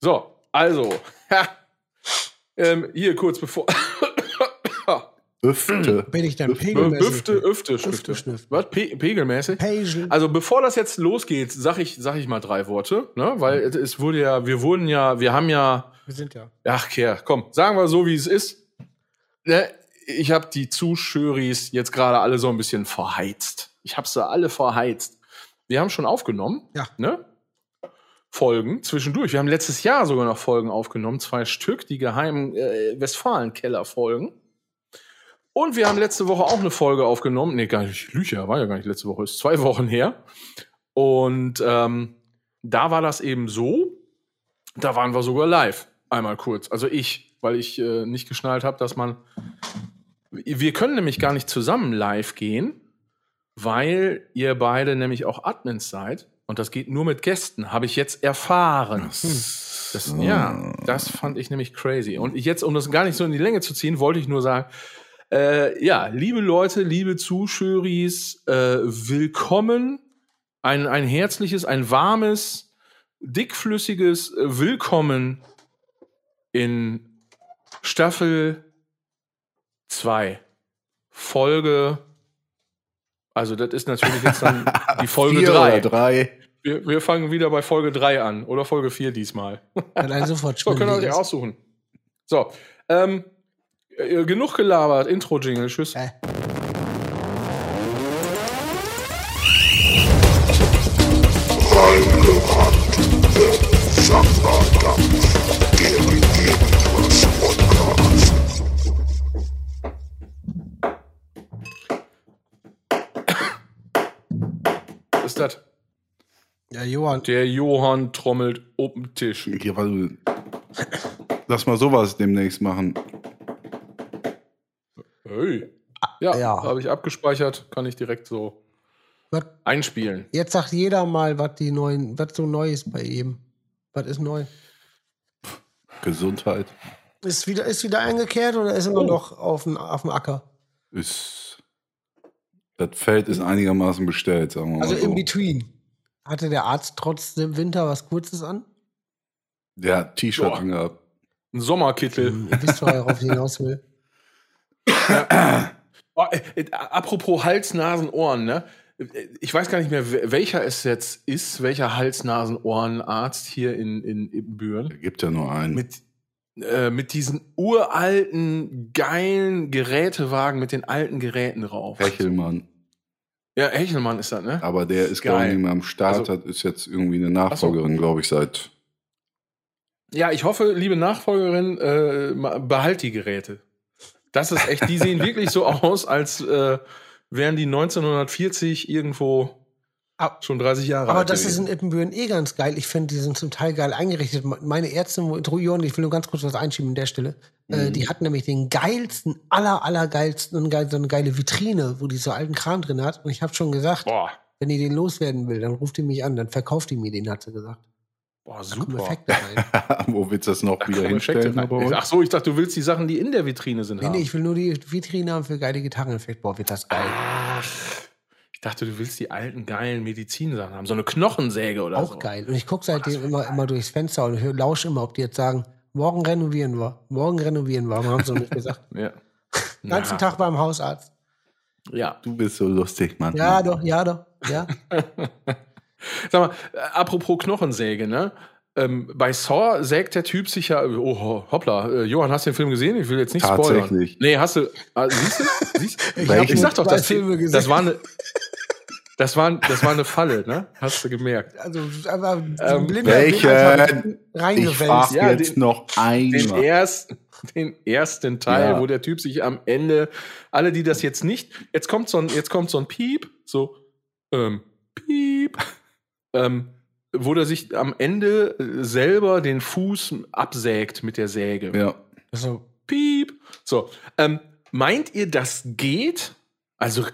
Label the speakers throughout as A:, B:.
A: So, also. ähm, hier kurz bevor.
B: Öfte.
C: Bin ich dann pegelmäßig?
A: Büfte, Öfte, Stifte.
C: Schnüfte.
A: Was? Pe pegelmäßig?
C: Pagel.
A: Also bevor das jetzt losgeht, sag ich, sag ich mal drei Worte, ne? Weil es- es wurde ja, wir wurden ja, wir haben ja,
C: Wir sind ja.
A: ach Kerr, komm, sagen wir so, wie es ist. Ne? Ich habe die Zuschöris jetzt gerade alle so ein bisschen verheizt. Ich habe sie alle verheizt. Wir haben schon aufgenommen,
C: Ja.
A: ne? Folgen zwischendurch. Wir haben letztes Jahr sogar noch Folgen aufgenommen, zwei Stück, die geheimen äh, Westfalen-Keller-Folgen. Und wir haben letzte Woche auch eine Folge aufgenommen. Nee, gar nicht. Lücher war ja gar nicht letzte Woche, ist zwei Wochen her. Und ähm, da war das eben so, da waren wir sogar live. Einmal kurz. Also ich, weil ich äh, nicht geschnallt habe, dass man. Wir können nämlich gar nicht zusammen live gehen, weil ihr beide nämlich auch Admins seid. Und das geht nur mit Gästen, habe ich jetzt erfahren. Das, ja, das fand ich nämlich crazy. Und ich jetzt, um das gar nicht so in die Länge zu ziehen, wollte ich nur sagen, äh, ja, liebe Leute, liebe Zuschöris, äh, willkommen. Ein, ein herzliches, ein warmes, dickflüssiges äh, Willkommen in Staffel 2. Folge. Also, das ist natürlich jetzt dann die Folge
B: Vier
A: 3.
B: oder drei.
A: Wir, wir fangen wieder bei Folge 3 an oder Folge 4 diesmal.
C: Allein sofort
A: So, könnt ihr euch
C: schwindelig.
A: aussuchen. So, ähm, äh, genug gelabert. Intro-Jingle, tschüss.
C: Äh.
A: Was ist das?
C: Ja, Johann.
A: Der Johann trommelt oben den Tisch.
B: Hier, warte. Lass mal sowas demnächst machen.
A: Hey. Ja,
C: Ja.
A: habe ich abgespeichert, kann ich direkt so
C: Was-
A: einspielen.
C: Jetzt sagt jeder mal, was die neuen, was so neu ist bei ihm. Was ist neu?
B: Gesundheit
C: Ist wieder, ist wieder eingekehrt oder ist immer noch auf dem, auf dem Acker?
B: ist. Das Feld ist einigermaßen bestellt, sagen wir mal.
C: Also
B: so.
C: in between. Hatte der Arzt trotz dem Winter was Kurzes an?
B: Der hat T-Shirt
A: Boah.
B: angehabt.
A: Ein Sommerkittel.
C: Hm, Ihr wisst, worauf ich hinaus will.
A: Oh, äh, äh, apropos Hals, Nasen, Ohren, ne? Äh, Ich weiß gar nicht mehr, wel- welcher es jetzt ist, welcher Hals, Nasen, Ohrenarzt hier in, in, in Büren.
B: Der gibt ja nur einen.
A: mit, äh, mit diesen uralten, geilen Gerätewagen mit den alten Geräten drauf.
B: Hechelmann.
A: Ja, Hechelmann ist das, ne?
B: Aber der ist,
A: Geil.
B: glaube ich, nicht mehr am Start.
A: Also-
B: hat ist jetzt irgendwie eine Nachfolgerin, glaube ich, seit.
A: Ja, ich hoffe, liebe Nachfolgerin, äh, ma- behalt die Geräte. Das ist echt, die sehen wirklich so aus, als äh, wären die 1940 irgendwo
C: Ab-
A: schon 30 Jahre
C: Aber
A: alt
C: das ist
A: gewesen.
C: in Ippenbüren eh ganz geil. Ich finde, die sind zum Teil geil eingerichtet. Meine Ärzte, Julian, ich will nur ganz kurz was einschieben an der Stelle. Äh, die hatten nämlich den geilsten, aller, aller geilsten, und geil, so eine geile Vitrine, wo die so alten Kram drin hat. Und ich habe schon gesagt,
A: Boah,
C: wenn die den loswerden will, dann ruft die mich an, dann verkauft die mir den, hat sie gesagt.
A: boah
C: Kommen
A: super.
C: Effekte rein.
B: Wo willst du das noch wieder hinstellen? aber heute?
A: Ach so, ich dachte, du willst die Sachen, die in der Vitrine sind,
C: nee,
A: haben.
C: nee, ich will nur die Vitrine haben für geile Gitarreneffekte. Boah, wird das geil.
A: Ach, ich dachte, du willst die alten, geilen Medizinsachen haben. So eine Knochensäge oder
C: Auch
A: Ah, so.
C: geil. Und ich gucke seitdem immer, immer durchs Fenster und hör- lausch immer, ob die jetzt sagen, morgen renovieren wir, morgen renovieren wir. Warum haben sie noch nicht gesagt?
A: Ja.
C: Den ganzen
A: Na,
C: Tag beim Hausarzt.
A: Ja.
B: Du bist so lustig, Mann.
C: Ja, doch, ja, doch. Ja.
A: Sag mal, äh, apropos Knochensäge, ne? Ähm, bei Saw sägt der Typ sich ja. Oh, ho- hoppla. Äh, Johann, hast du den Film gesehen? Ich will jetzt nicht spoilern.
B: Tatsächlich.
A: Nee, hast du. Ah, siehst du? Siehst,
C: Ich
B: hab
A: ich sag doch,
C: zwei
A: das,
C: Filme gesehen.
A: das war eine. Das war, das war eine Falle, ne? Hast du gemerkt.
C: Also einfach so ein
A: Ähm,
C: blinder Blick einfach
B: Welchen? Ich frag
C: reingewälzt.
A: Ja,
B: jetzt
A: den-
B: noch
A: Den,
B: einmal.
A: ersten, den ersten Teil,
B: Ja.
A: wo der Typ sich am Ende, alle, die das jetzt nicht, jetzt kommt so ein, jetzt kommt so ein Piep, so, ähm, Piep, ähm, wo der sich am Ende äh, selber den Fuß absägt mit der Säge.
B: Ja.
C: Also,
A: Piep. So, ähm, meint ihr, das geht? Also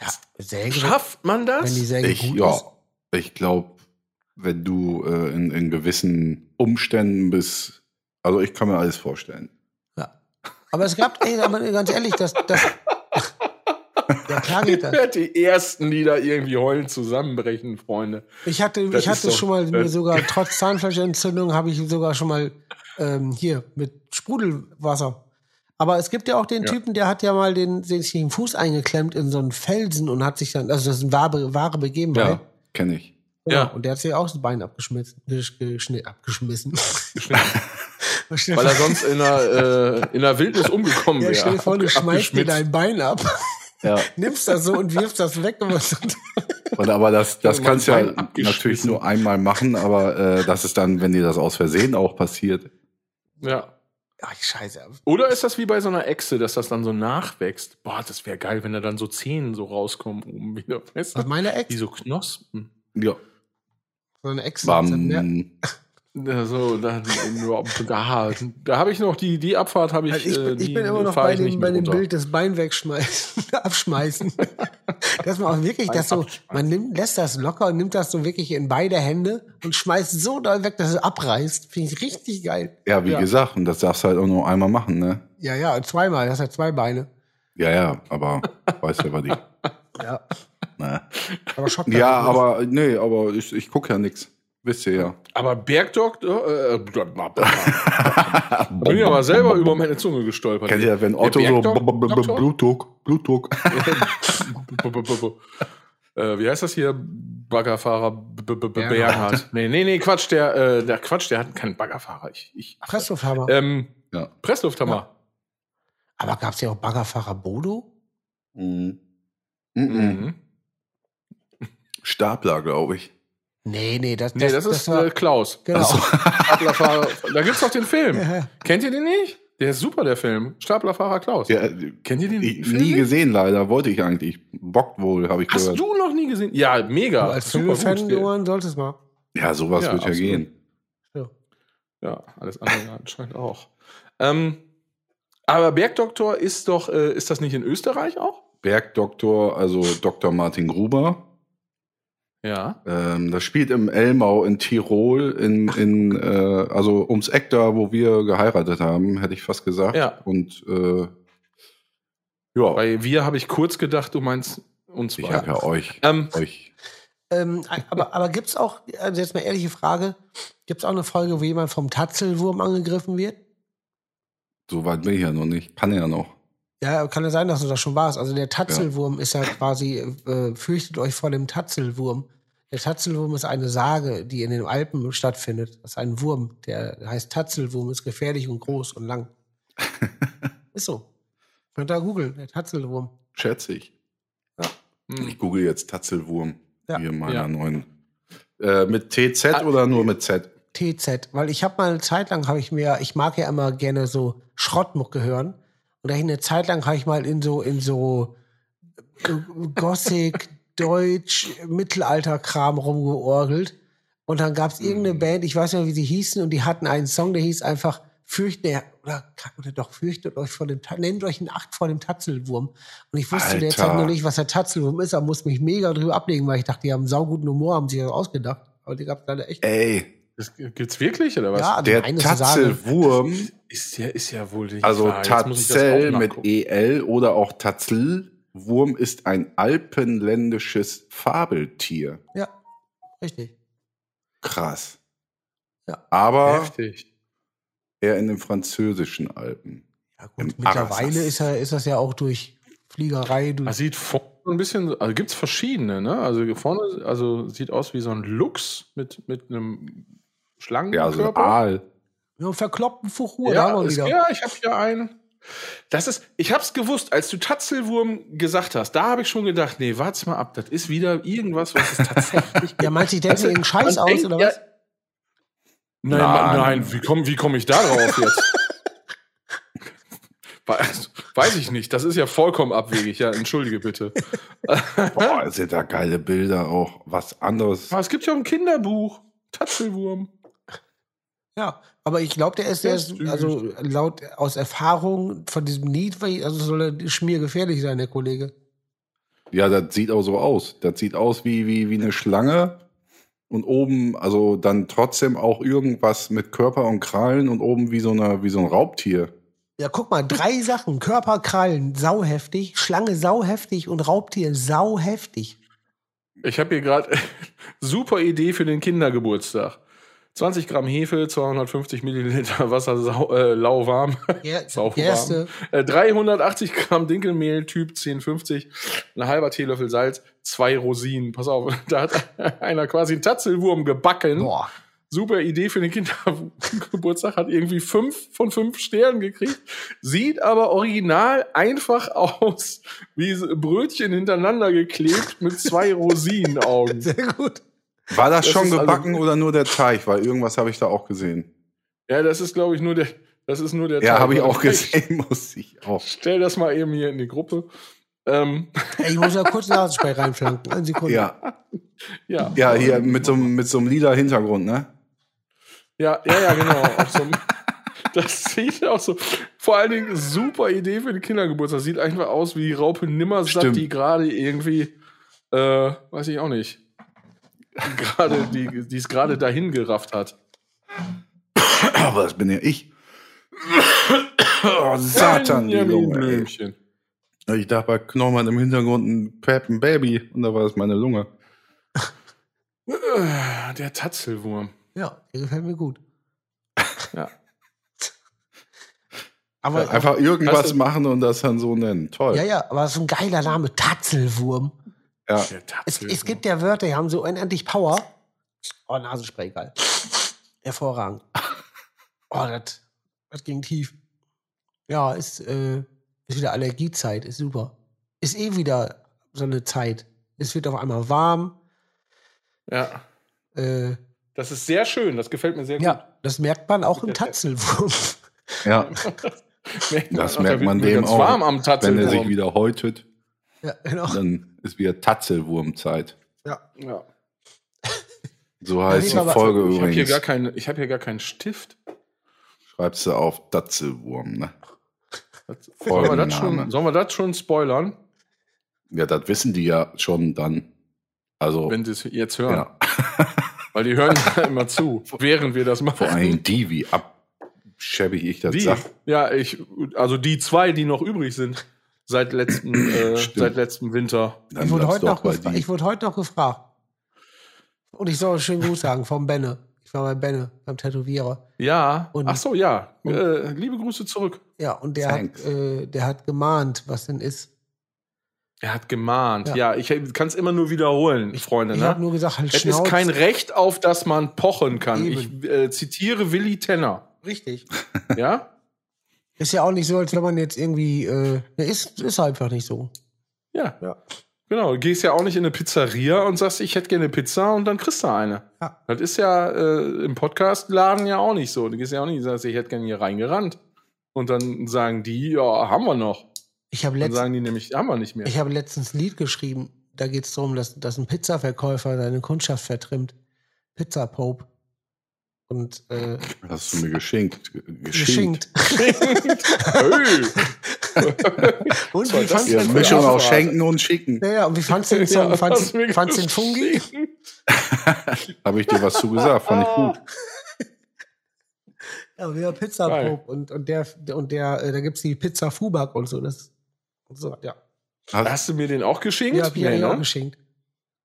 C: ja, Säge,
A: schafft man
C: wenn die
A: das?
C: Säge
B: Ich,
C: gut
B: ja,
C: ist.
B: ich glaube, wenn du äh, in, in gewissen Umständen bist, also ich kann mir alles vorstellen.
C: Ja. Aber es gab, ey, aber ganz ehrlich, das, das, Ja, klar
A: Ich
C: geht das.
A: werde die ersten, die da irgendwie heulend zusammenbrechen, Freunde.
C: Ich hatte,
A: Das
C: ich hatte
A: ist doch-
C: schon mal mir
A: das-
C: sogar, trotz Zahnfleischentzündung, habe ich sogar schon mal ähm, hier mit Sprudelwasser. Aber es gibt ja auch den
A: Ja.
C: Typen, der hat ja mal den, den sich den Fuß eingeklemmt in so einen Felsen und hat sich dann, also das ist eine wahre, wahre Begebenheit.
B: Ja, kenne ich.
A: Ja.
C: Genau. Und der hat sich auch das Bein abgeschmissen. gesch- geschnitten- Abgeschmissen.
A: Weil er sonst in der, äh, in der Wildnis umgekommen
C: ja,
A: wäre.
C: stell dir vor, du schmeißt dir
A: Abgeschmitzt.
C: dein Bein ab,
B: Ja.
C: nimmst das so und wirfst das weg. Und was,
B: Und aber das, das
A: Ja,
B: kannst du
A: mein
B: ja
A: Bein abgeschmissen.
B: natürlich nur einmal machen, aber äh, das ist dann, wenn dir das aus Versehen auch passiert.
A: Ja.
C: Ach, scheiße.
A: Oder ist das wie bei so einer Echse, dass das dann so nachwächst? Boah, das wäre geil, wenn da dann so Zähne so rauskommen oben wieder. Weißt
C: Was
A: du?
C: meine Ex?
A: Wie so Knospen.
B: Ja.
C: So eine Ex. Ja.
B: Bam.
A: Ja, so, dann, ja, da, da habe ich noch die, die Abfahrt habe ich,
C: Also ich,
A: äh,
C: bin-
A: die
C: ich bin immer noch
A: fahr
C: bei
A: ich
C: dem,
A: nicht
C: bei
A: mit
C: dem
A: runter.
C: Bild des Bein wegschmeißen, abschmeißen. dass man auch wirklich,
A: Bein
C: dass so,
A: abschmeißen.
C: man nimmt, lässt das locker und nimmt das so wirklich in beide Hände und schmeißt so doll weg, dass es abreißt. Finde ich richtig geil.
B: Ja, wie
A: Ja.
B: gesagt, und das darfst du halt auch nur einmal machen, ne?
C: Ja, ja, zweimal, das hat zwei Beine.
B: Ja, ja, aber weißt ja, was ich.
C: Ja,
B: Ne.
C: aber Schottland.
B: Ja, aber nee, aber ich, ich gucke ja nix. Wisst ihr ja.
A: Aber Bergdoktor, äh, bin ich aber selber über meine Zunge gestolpert.
B: Kennt ihr, wenn
A: Der
B: Otto so
A: Bergdok-
B: b- b- b-
A: Doktor?
B: Blutdruck, Blutdruck.
A: B- b- b- b- äh, wie heißt das hier? Baggerfahrer B- B- B- Bernhard. Nee, nee, nee, Quatsch, der, äh, der Quatsch, der hat keinen Baggerfahrer. Ich, ich,
C: Presslufthammer.
A: ähm,
B: Ja.
A: Presslufthammer.
C: Aber gab es ja auch Baggerfahrer Bodo?
B: Mhm. Mhm.
A: Mhm.
B: Stapler, glaube ich.
C: Nee, nee, das,
A: Nee, das, ist äh, Klaus.
C: genau.
A: Staplerfahrer. da gibt's doch den Film.
C: Ja, ja.
A: Kennt ihr den nicht? Der ist super, der Film. Staplerfahrer Klaus.
B: Ja, äh,
A: Kennt ihr den
B: ich,
A: Film
B: nie
A: nicht?
B: gesehen, leider. Wollte ich eigentlich. Bockt wohl, habe ich
A: Hast
B: gehört.
A: du noch nie gesehen? Ja, mega.
C: Du als
A: Super
C: Filmfan,
A: gut, der-
C: Johann, solltest mal.
B: Ja, sowas
A: Ja,
B: wird
A: absolut.
B: ja gehen.
C: So.
A: Ja, alles andere anscheinend auch. Ähm, aber Bergdoktor ist doch, äh, ist das nicht in Österreich auch?
B: Bergdoktor, also Dr. Martin Gruber.
A: Ja.
B: Ähm, das spielt im Elmau in Tirol, in, in äh, also ums Eck da, wo wir geheiratet haben, hätte ich fast gesagt.
A: Ja.
B: Und äh, ja,
A: Bei wir habe ich kurz gedacht, du meinst uns
B: ich
A: beide.
B: habe ja euch.
A: Ähm,
B: euch.
C: Ähm, aber aber gibt's auch, also jetzt mal ehrliche Frage, gibt's auch eine Folge, wo jemand vom Tatzelwurm angegriffen wird?
B: So weit bin ich ja noch nicht. Kann ja noch.
C: Ja, kann ja sein, dass du das schon warst. Also der Tatzelwurm ist ja quasi, äh, fürchtet euch vor dem Tatzelwurm. Der Tatzelwurm ist eine Sage, die in den Alpen stattfindet. Das ist ein Wurm, der heißt Tatzelwurm, ist gefährlich und groß und lang. ist so. Könnt ihr googeln, der Tatzelwurm.
B: Schätze ich.
A: mh,
B: Ich google jetzt Tatzelwurm
C: Ja.
B: hier in meiner
A: Hm. Ja. Ah.
B: neuen. Äh, mit TZ oder nur mit Z?
C: TZ, weil ich habe mal eine Zeit lang habe ich mir, ich mag ja immer gerne so Schrottmucke hören und da hab ich eine Zeit lang habe ich mal in so in so äh, Gothic, Deutsch, Mittelalterkram rumgeorgelt und dann gab es irgendeine Band, ich weiß nicht mehr, wie sie hießen und die hatten einen Song, der hieß einfach Fürchte oder, oder doch fürchtet euch vor dem Ta- nennt euch in Acht vor dem Tatzelwurm und ich wusste
B: Alter.
C: derzeit noch nicht, was der Tatzelwurm ist, aber musste mich mega drüber ablegen, weil ich dachte, die haben sauguten Humor, haben sich das ausgedacht, aber die gab's leider echt
B: Ey,
A: das gibt's wirklich oder was?
C: ja, also
B: der
C: nein, das ist Sage.
B: Tatzelwurm,
A: Ist ja, ist ja wohl die
B: also
A: Frage. Jetzt muss ich das
B: Tatzel
A: auch
B: mit E
A: nachgucken.
B: EL oder auch Tatzelwurm ist ein alpenländisches Fabeltier.
C: Ja, richtig.
B: Krass.
C: Ja.
B: Aber
A: Heftig.
B: eher in den französischen Alpen.
C: Ja, gut.
B: Im
C: Mittlerweile
B: Arsass.
C: ist, er, ist das ja auch durch Fliegerei. Durch
A: Das sieht vorne ein bisschen, also gibt's verschiedene, ne? Also hier vorne, also sieht aus wie so ein Luchs mit, mit einem Schlangenkörper. Oh,
B: Ja, also Aal.
C: ja, einen verkloppten Fuchur, da
A: ja,
C: haben wir
A: es-
C: wieder.
A: ja, ich habe hier einen. Das ist, ich hab's gewusst, als du Tatzelwurm gesagt hast, da habe ich schon gedacht, nee, wart's mal ab, das ist wieder irgendwas, was es tatsächlich
C: Ja, meinst du, ich denke mir irgendeinen Scheiß
A: Also, Man
C: aus,
A: denkt
C: oder
A: ja-
C: was?
A: Nein,
B: Nein.
A: nein, nein wie komme wie komm ich da drauf jetzt? Weiß- Weiß ich nicht, das ist ja vollkommen abwegig, ja, entschuldige bitte.
B: Boah, sind da geile Bilder auch. Was anderes.
A: Aber es gibt ja auch ein Kinderbuch, Tatzelwurm.
C: Ja, aber ich glaube, der ist, der
A: Der
C: ist
A: ist süß.
C: also laut aus Erfahrung von diesem Lied, weil- also soll er schmiergefährlich sein, der Kollege.
B: Ja, das sieht auch so aus. Das sieht aus wie, wie, wie eine Schlange. Und oben, also dann trotzdem auch irgendwas mit Körper und Krallen und oben wie so, eine, wie so ein Raubtier.
C: Ja, guck mal, drei Sachen. Körperkrallen, sauheftig, Schlange sauheftig und Raubtier sauheftig.
A: Ich habe hier gerade super Idee für den Kindergeburtstag. 20 Gramm Hefe, 250 Milliliter Wasser sau, äh, lauwarm.
C: Ja,
A: Sauwarm.
C: erste.
A: Äh, 380 Gramm Dinkelmehl, Typ 1050, ein halber Teelöffel Salz, zwei Rosinen. Pass auf, da hat einer quasi einen Tatzelwurm gebacken.
C: Boah.
A: Super Idee für den Kindergeburtstag, hat irgendwie fünf von fünf Sternen gekriegt. Sieht aber original einfach aus, wie so Brötchen hintereinander geklebt mit zwei Rosinenaugen.
C: Sehr gut.
B: War das,
A: Das
B: schon
A: ist also-
B: gebacken oder nur der Teig? Weil irgendwas habe ich da auch gesehen.
A: Ja, das ist, glaube ich, nur der, das ist nur der
B: Ja,
A: Teil. Also
B: habe ich auch gesehen, muss ich auch.
A: Stell das mal eben hier in die Gruppe. Ähm,
C: Ey, Ich muss ja kurz Nasenspray reinflanken. Eine Sekunde.
B: Ja,
A: ja.
B: ja hier mit so, einem- mit so einem lila Hintergrund, ne?
A: Ja, ja, ja, genau. Auf so einem- das sieht auch so. Vor allen Dingen super Idee für den Kindergeburtstag. Sieht einfach aus wie Raupe Nimmersatt,
B: Stimmt.
A: die gerade irgendwie, äh, weiß ich auch nicht, gerade die, die es gerade dahin gerafft hat.
B: Aber das bin ja ich. Oh, Satan, die
A: Benjamin
B: Lunge.
A: Blümchen.
B: Ey. Ich dachte bei Knormann im Hintergrund ein Peppen Baby und da war es meine Lunge.
A: Äh, Der Tatzelwurm.
C: Ja, der gefällt mir gut.
A: Ja.
C: Aber,
B: Einfach irgendwas
A: Weißt du-
B: machen und das dann so nennen. Toll.
C: ja, ja, aber so ein geiler Name, Tatzelwurm.
B: Ja.
A: Der
C: Es,
A: Tatzelwurm.
C: es gibt ja Wörter, die haben so unendlich Power. Oh, Nasenspray, geil. Hervorragend. Oh, das das ging tief. Ja, ist, äh, ist wieder Allergiezeit, ist super. Ist eh wieder so eine Zeit. Es wird auf einmal warm.
A: Ja.
C: Äh,
A: Das ist sehr schön. Das gefällt mir sehr gut.
C: ja, das merkt man auch im Tatzelwurm.
B: ja. Das merkt man
A: Da wird mir
B: dem
A: ganz
B: auch,
A: warm am
B: Wenn er sich
A: Tatzelwurm.
B: wieder häutet,
C: ja, genau.
B: dann ist wieder Tatzelwurmzeit.
A: Ja.
B: So heißt
C: nee,
B: die
C: aber-
B: Folge
A: Ich habe hier, gar
B: übrigens.
A: keinen- ich hab hier gar keinen Stift.
B: Schreibst du auf Tatzelwurm, ne?
A: Das, sollen, wir
B: Folgenname.
A: das schon, sollen wir das schon spoilern,
B: Ja, das wissen die ja schon dann. Also,
A: wenn sie es jetzt hören?
B: ja.
A: Weil die hören ja immer zu, während wir das
B: Vor
A: machen.
B: allem die, wie abschäbig ich das
A: Die,
B: sag.
A: ja, ich, also die zwei, die noch übrig sind seit letzten, äh,
B: Stimmt.
A: seit letzten Winter.
B: Dann
C: Ich wurde,
B: bleibst
C: heute
B: doch
C: noch
B: bei
C: gefra-
B: die.
C: ich wurde heute noch gefragt. Und ich soll schön Gruß sagen vom Benne. Ich war bei Benne, beim Tätowierer.
A: Ja.
C: Und-
A: Ach so, ja.
C: und-
A: äh, liebe Grüße zurück.
C: Ja, und der hat,
B: Thanks.
C: äh, der hat gemahnt, was denn ist.
A: Er hat gemahnt. Ja,
C: Ja.
A: ich kann es immer nur wiederholen, Freunde.
C: Ich
A: ne?
C: habe nur gesagt, halt
A: es ist
C: Schnauze.
A: kein Recht, auf das man pochen kann.
C: Eben.
A: Ich äh, zitiere Willi Tenner.
C: Richtig.
A: Ja?
C: Ist ja auch nicht so, als wenn man jetzt irgendwie. Äh, ne, ist, ist einfach nicht so.
A: Ja.
C: Ja.
A: Genau, du gehst ja auch nicht in eine Pizzeria und sagst, ich hätte gerne eine Pizza und dann kriegst du eine.
C: Ja.
A: Das ist ja äh, im Podcast-Laden ja auch nicht so. Du gehst ja auch nicht und sagst, ich hätte gerne hier reingerannt. Und dann sagen die, ja, haben wir noch.
C: Ich habe
A: Dann
C: letzt,
A: sagen die nämlich, haben wir nicht mehr.
C: ich hab letztens ein Lied geschrieben, da geht es darum, dass, dass ein Pizzaverkäufer seine Kundschaft vertrimmt. Pizza Pope. Und äh,
B: Hast du mir geschenkt. ge- Geschenkt.
C: geschenkt.
A: Hey.
C: Und
A: war
C: wie
A: das denn
C: fandst du
B: Ja,
A: für
C: den
B: Mischung
A: eine
C: Fungi?
B: aus
A: Auswahl?
B: Schenken und Schicken.
C: Ja, ja, und wie fandst du den
A: Ja,
C: Song? fandst
A: hast mir
C: fandst den Fungi?
A: geschenkt.
B: Habe ich dir was zugesagt, fand ich gut.
C: Ja, wir haben Pizza
A: Geil.
C: Pope und, und der und der, äh, da gibt's die Pizza Fubak und so. Das und so, ja.
B: Hast,
A: Hast du mir den auch geschenkt?
C: Ja, hab ich eigentlich
A: ne?
C: auch geschenkt.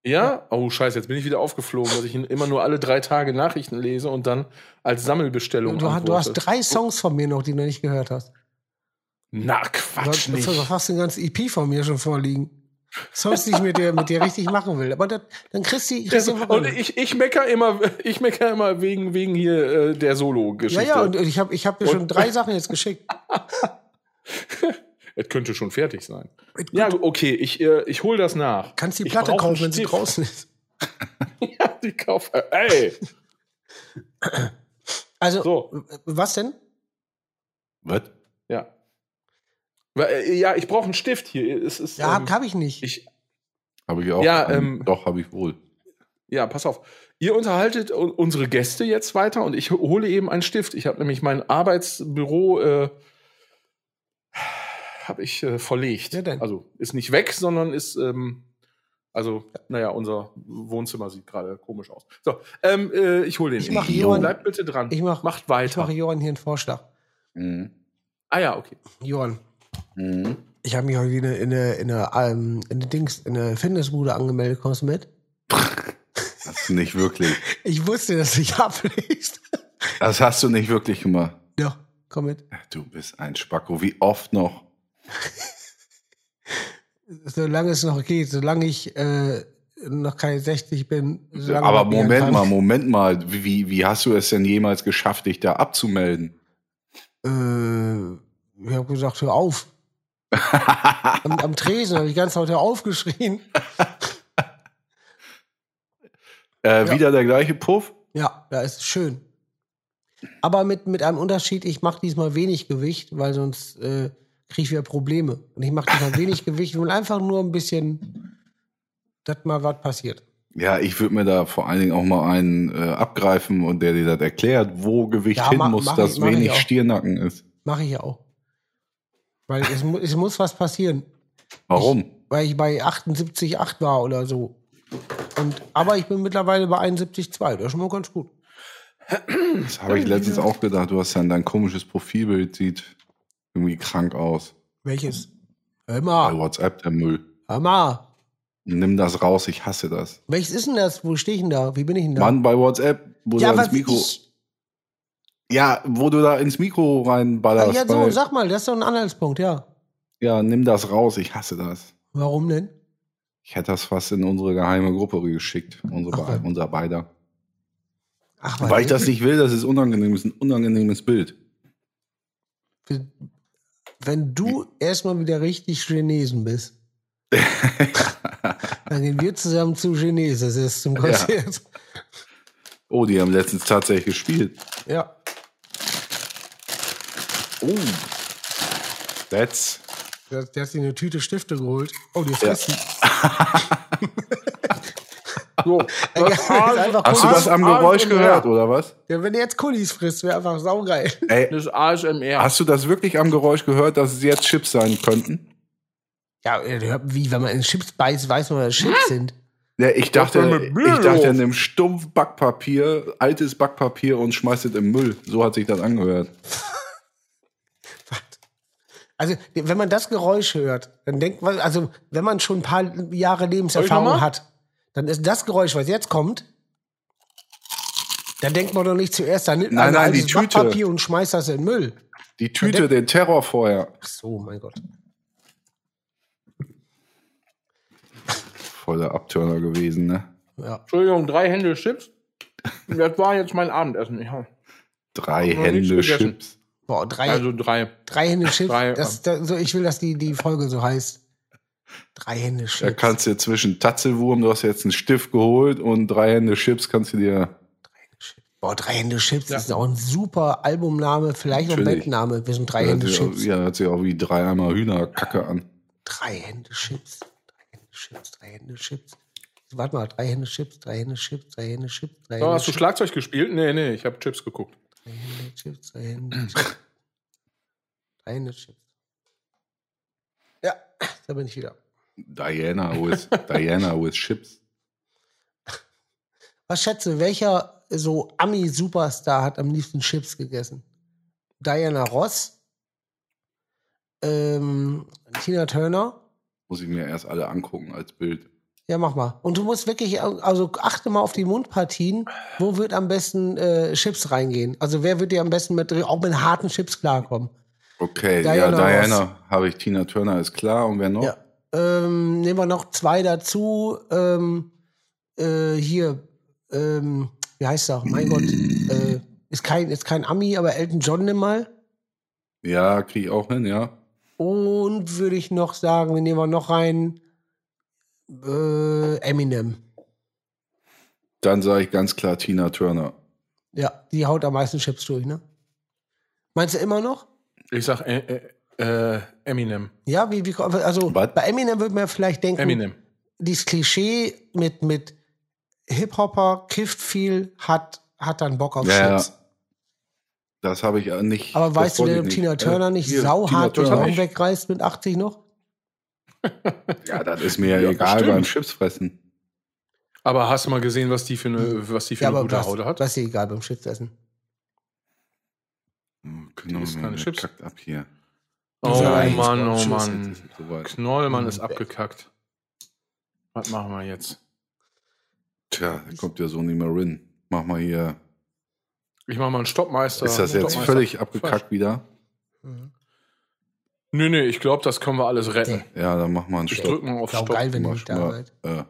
A: Ja? Oh, scheiße, jetzt bin ich wieder aufgeflogen, dass ich immer nur alle drei Tage Nachrichten lese und dann als Sammelbestellung
C: Und Du, hast- du hast
A: antworte.
C: drei Songs von mir noch, die du nicht gehört hast.
A: Na,
C: Du
A: Quatsch
C: hast
A: nicht.
C: du hast fast den ganzen EP von mir schon vorliegen. Sonst nicht mit dir, mit dir richtig machen will. Aber das, dann kriegst du,
A: Das,
C: kriegst
A: E
C: du
A: und ich, ich mecker immer, ich mecker immer wegen, wegen hier äh, der
C: ja,
A: Solo-Geschichte.
C: ja, und ich habe ich hab dir
A: Und-
C: schon drei Sachen jetzt geschickt.
A: es könnte schon fertig sein.
C: Gut,
A: Ja, okay, ich, äh, ich hole das nach.
C: kannst die
A: ich
C: Platte
A: brauch einen
C: kaufen, wenn sie
A: Stift.
C: draußen ist.
A: Ja, die kauf. äh, Ey!
C: Also,
A: So.
C: w- was denn?
B: was?
A: Ja. Weil, äh, Ja, ich brauche einen Stift hier. Es ist,
C: Ja,
A: ähm,
C: hab, hab ich nicht.
A: ich,
B: Habe ich auch.
A: Ja,
B: einen?
A: ähm,
B: Doch, habe ich wohl.
A: ja, pass auf. Ihr unterhaltet u- unsere Gäste jetzt weiter und ich hole eben einen Stift. Ich habe nämlich mein Arbeitsbüro äh, habe ich äh, verlegt.
C: Ja, denn.
A: also ist nicht weg, sondern ist ähm, also naja, unser Wohnzimmer sieht gerade komisch aus. So, ähm, äh, ich hole den.
C: Ich mache
A: eben.
B: jemanden-
A: Bleibt bitte dran.
C: ich mach-
A: Macht
C: ich mache
A: weiter.
C: Johann hier einen Vorschlag.
B: Mhm.
A: Ah ja, okay.
C: Johann,
B: Mhm.
C: ich habe mich heute wieder in eine, in eine, ähm, in eine Dings, in eine Fitnessbude angemeldet. Kommst du mit?
B: Das ist nicht wirklich.
C: Ich wusste, dass ich ablegst.
B: Das hast du nicht wirklich gemacht.
C: ja, komm mit.
B: Ach, Du bist ein Spacko. Wie oft noch?
C: Solange es noch geht, solange ich äh, noch keine 60 bin. solange
B: Aber
C: man gehen
B: Moment
C: kann.
B: mal, Moment mal. Wie- Wie, wie hast du es denn jemals geschafft, dich da abzumelden?
C: Äh, ich habe gesagt, hör auf. Am, am Tresen habe ich ganz laut hör aufgeschrien.
B: Äh,
C: Ja.
B: Wieder der gleiche Puff?
C: Ja, da ist es schön. Aber mit, mit einem Unterschied, ich mache diesmal wenig Gewicht, weil sonst äh, kriege ich wieder Probleme. Und ich mache diesmal wenig Gewicht und will einfach nur ein bisschen, dass mal was passiert.
B: Ja, ich würde mir da vor allen Dingen auch mal einen äh, abgreifen und der dir das erklärt, wo Gewicht
C: Ja,
B: hin
C: ma-
B: muss,
C: mach
B: dass
C: ich- mach ich
B: wenig
C: auch.
B: Stiernacken ist.
C: Mache ich ja auch. Weil es, mu- es muss was passieren.
B: Warum?
C: Weil ich bei 78,8 war oder so. Und, aber ich bin mittlerweile bei 71,2. Das ist schon mal ganz gut.
B: das habe ich letztens auch gedacht. Du hast dann dein komisches Profilbild, sieht irgendwie krank aus.
C: Welches? Hör
B: Bei
C: mal,
B: WhatsApp der Müll.
C: hör mal.
B: Nimm das raus, ich hasse das.
C: Welches ist denn das? Wo stehe ich denn da? Wie bin ich denn da?
B: Mann, bei WhatsApp, wo
C: ja,
B: du
C: was
B: ins Mikro.
C: ich,
B: Ja, wo du da ins Mikro
C: Ah,
B: reinballerst.
C: ja, so,
B: weil-
C: sag mal, das ist doch ein Anhaltspunkt, ja.
B: ja, nimm das raus, ich hasse das.
C: Warum denn?
B: Ich hätte das fast in unsere geheime Gruppe geschickt, unsere,
C: Ach,
B: Be- unser beider.
C: Ach,
B: Weil ich das nicht will, das ist unangenehm, das ist ein unangenehmes Bild.
C: Wenn, wenn du erstmal wieder richtig Chinesen bist, dann gehen wir zusammen zu Chinesen, das ist zum Konzert.
B: Oh, die haben letztens tatsächlich gespielt.
C: Ja.
B: Oh. That's.
C: Der, der hat sich eine Tüte Stifte geholt. Oh, die fressen.
A: So.
C: Ey, das ist einfach
B: Hast du
C: Kunst.
B: das am
A: Arsch
B: Geräusch
A: und
B: gehört,
A: Meer.
B: oder was?
C: Ja, wenn er jetzt Kulis frisst, wäre einfach saugeil.
B: Ey,
A: Das ist ASMR.
B: hast du das wirklich am Geräusch gehört, dass es jetzt Chips sein könnten?
C: Ja, ihr hört, wie, wenn man in Chips beißt, weiß man, was Chips sind.
B: Ja, ich
A: denn
B: dachte,
A: mit Müll
B: ich dachte,
A: los?
B: nimm stumpf Backpapier, altes Backpapier und schmeißt es im Müll. So hat sich das angehört.
C: Also, wenn man das Geräusch hört, dann denkt man, also, wenn man schon ein paar Jahre
A: Soll ich
C: Lebenserfahrung
A: noch mal?
C: hat, dann ist das Geräusch, was jetzt kommt, dann denkt man doch nicht zuerst an
B: Nein, nein, die Tüte.
C: Papier und schmeißt das in den Müll.
B: Die Tüte, den Terror vorher.
C: Ach so, mein Gott.
B: Voller Abtörner gewesen, ne?
C: Ja.
A: Entschuldigung, drei Hände Chips. Das war jetzt mein Abendessen. Ja. noch
B: Drei
A: nichts
B: Hände
A: gegessen.
B: Chips.
C: Boah, drei,
A: Also drei.
C: drei Hände Chips.
A: drei,
C: das, das, so, ich will, dass die, die Folge so heißt. Drei Hände
B: Da
C: Chips.
B: kannst du zwischen Tatzelwurm, du hast jetzt einen Stift geholt und drei Hände Chips kannst du dir.
C: Boah, drei Hände Chips ist auch ein super Albumname, vielleicht auch ein
B: Natürlich.
C: Bandname. Wir sind drei
B: Hört
C: Hände
B: sich, auch,
C: Chips.
B: ja, hört sich auch wie drei Eimer Hühnerkacke an.
C: Drei Hände Chips. Drei Hände Chips, drei Hände Chips. Warte mal, drei Hände Chips, drei Hände Chips, drei Hände Chips, drei
A: So,
C: Hände
A: hast du
C: Chips,
A: Schlagzeug gespielt? Nee, nee, ich habe Chips geguckt.
C: drei Hände Chips, drei Hände Chips. Drei Hände Chips. Ja, da bin ich wieder.
B: Diana with, Diana with Chips.
C: Was schätze, du, welcher so Ami-Superstar hat am liebsten Chips gegessen? Diana Ross, ähm, Tina Turner.
B: Muss ich mir erst alle angucken als Bild.
C: Ja, mach mal. Und du musst wirklich, also achte mal auf die Mundpartien. Wo wird am besten äh, Chips reingehen? Also wer wird dir am besten mit, auch mit harten Chips klarkommen?
B: Okay, ja,
C: Diana Ross.
B: Diana habe ich. Tina Turner ist klar. Und wer noch?
C: Ja. Ähm, nehmen wir noch zwei dazu. Ähm, äh, hier, ähm, wie heißt er? Mein Gott, äh, ist kein, ist kein Ami, aber Elton John nimm mal.
B: Ja, kriege ich auch hin, ja.
C: Und würde ich noch sagen, wir nehmen wir noch rein äh, Eminem.
B: Dann sage ich ganz klar Tina Turner.
C: Ja, die haut am meisten Chips durch, ne? Meinst du immer noch?
A: Ich sag äh, äh, äh, Eminem.
C: Ja, wie, wie also
B: Was?
C: bei Eminem würde man vielleicht denken,
A: Eminem.
C: dieses Klischee mit, mit Hip-Hopper, kifft viel, hat, hat dann Bock auf
B: Ja,
C: Chips.
B: ja. Das habe ich äh, nicht.
C: Aber
B: das
C: weißt du
B: wollte
C: denn, ob
B: ich
C: Tina
B: nicht.
C: Turner
B: Äh,
C: nicht
B: hier,
C: sauhart
B: Tina
C: den
B: Turner
C: Raum
B: nicht.
C: wegreißt mit 80 noch?
B: Ja, das ist mir
A: Ja,
B: egal
A: bestimmt.
B: beim Chipsfressen.
A: Aber hast du mal gesehen, was die für eine, was die für
C: Ja,
A: eine
C: aber
A: gute
C: das,
A: Haut hat?
C: das ist dir egal beim Chipsessen.
B: Genau,
A: Die isst keine Chips.
B: Kackt ab hier.
A: Oh
C: Nein.
A: Mann, oh
B: Tschüss,
A: Mann.
B: jetzt ist es soweit.
A: Knollmann ist
C: Mhm.
A: abgekackt. Was machen wir jetzt?
B: Tja, da kommt ja so nicht mehr rein. Mach mal hier.
A: Ich mache mal einen Stoppmeister.
B: Ist das jetzt
A: Stoppmeister.
B: völlig abgekackt wieder?
C: Mhm.
A: Nö, nö, ich glaube, das können wir alles retten.
B: Ja, dann mach mal einen
A: Ich
B: Stopp.
A: drücke mal auf
C: Sau
A: Stopp.
C: geil, wenn du
B: Mach
C: nicht da
B: mal,
C: seid.
B: äh,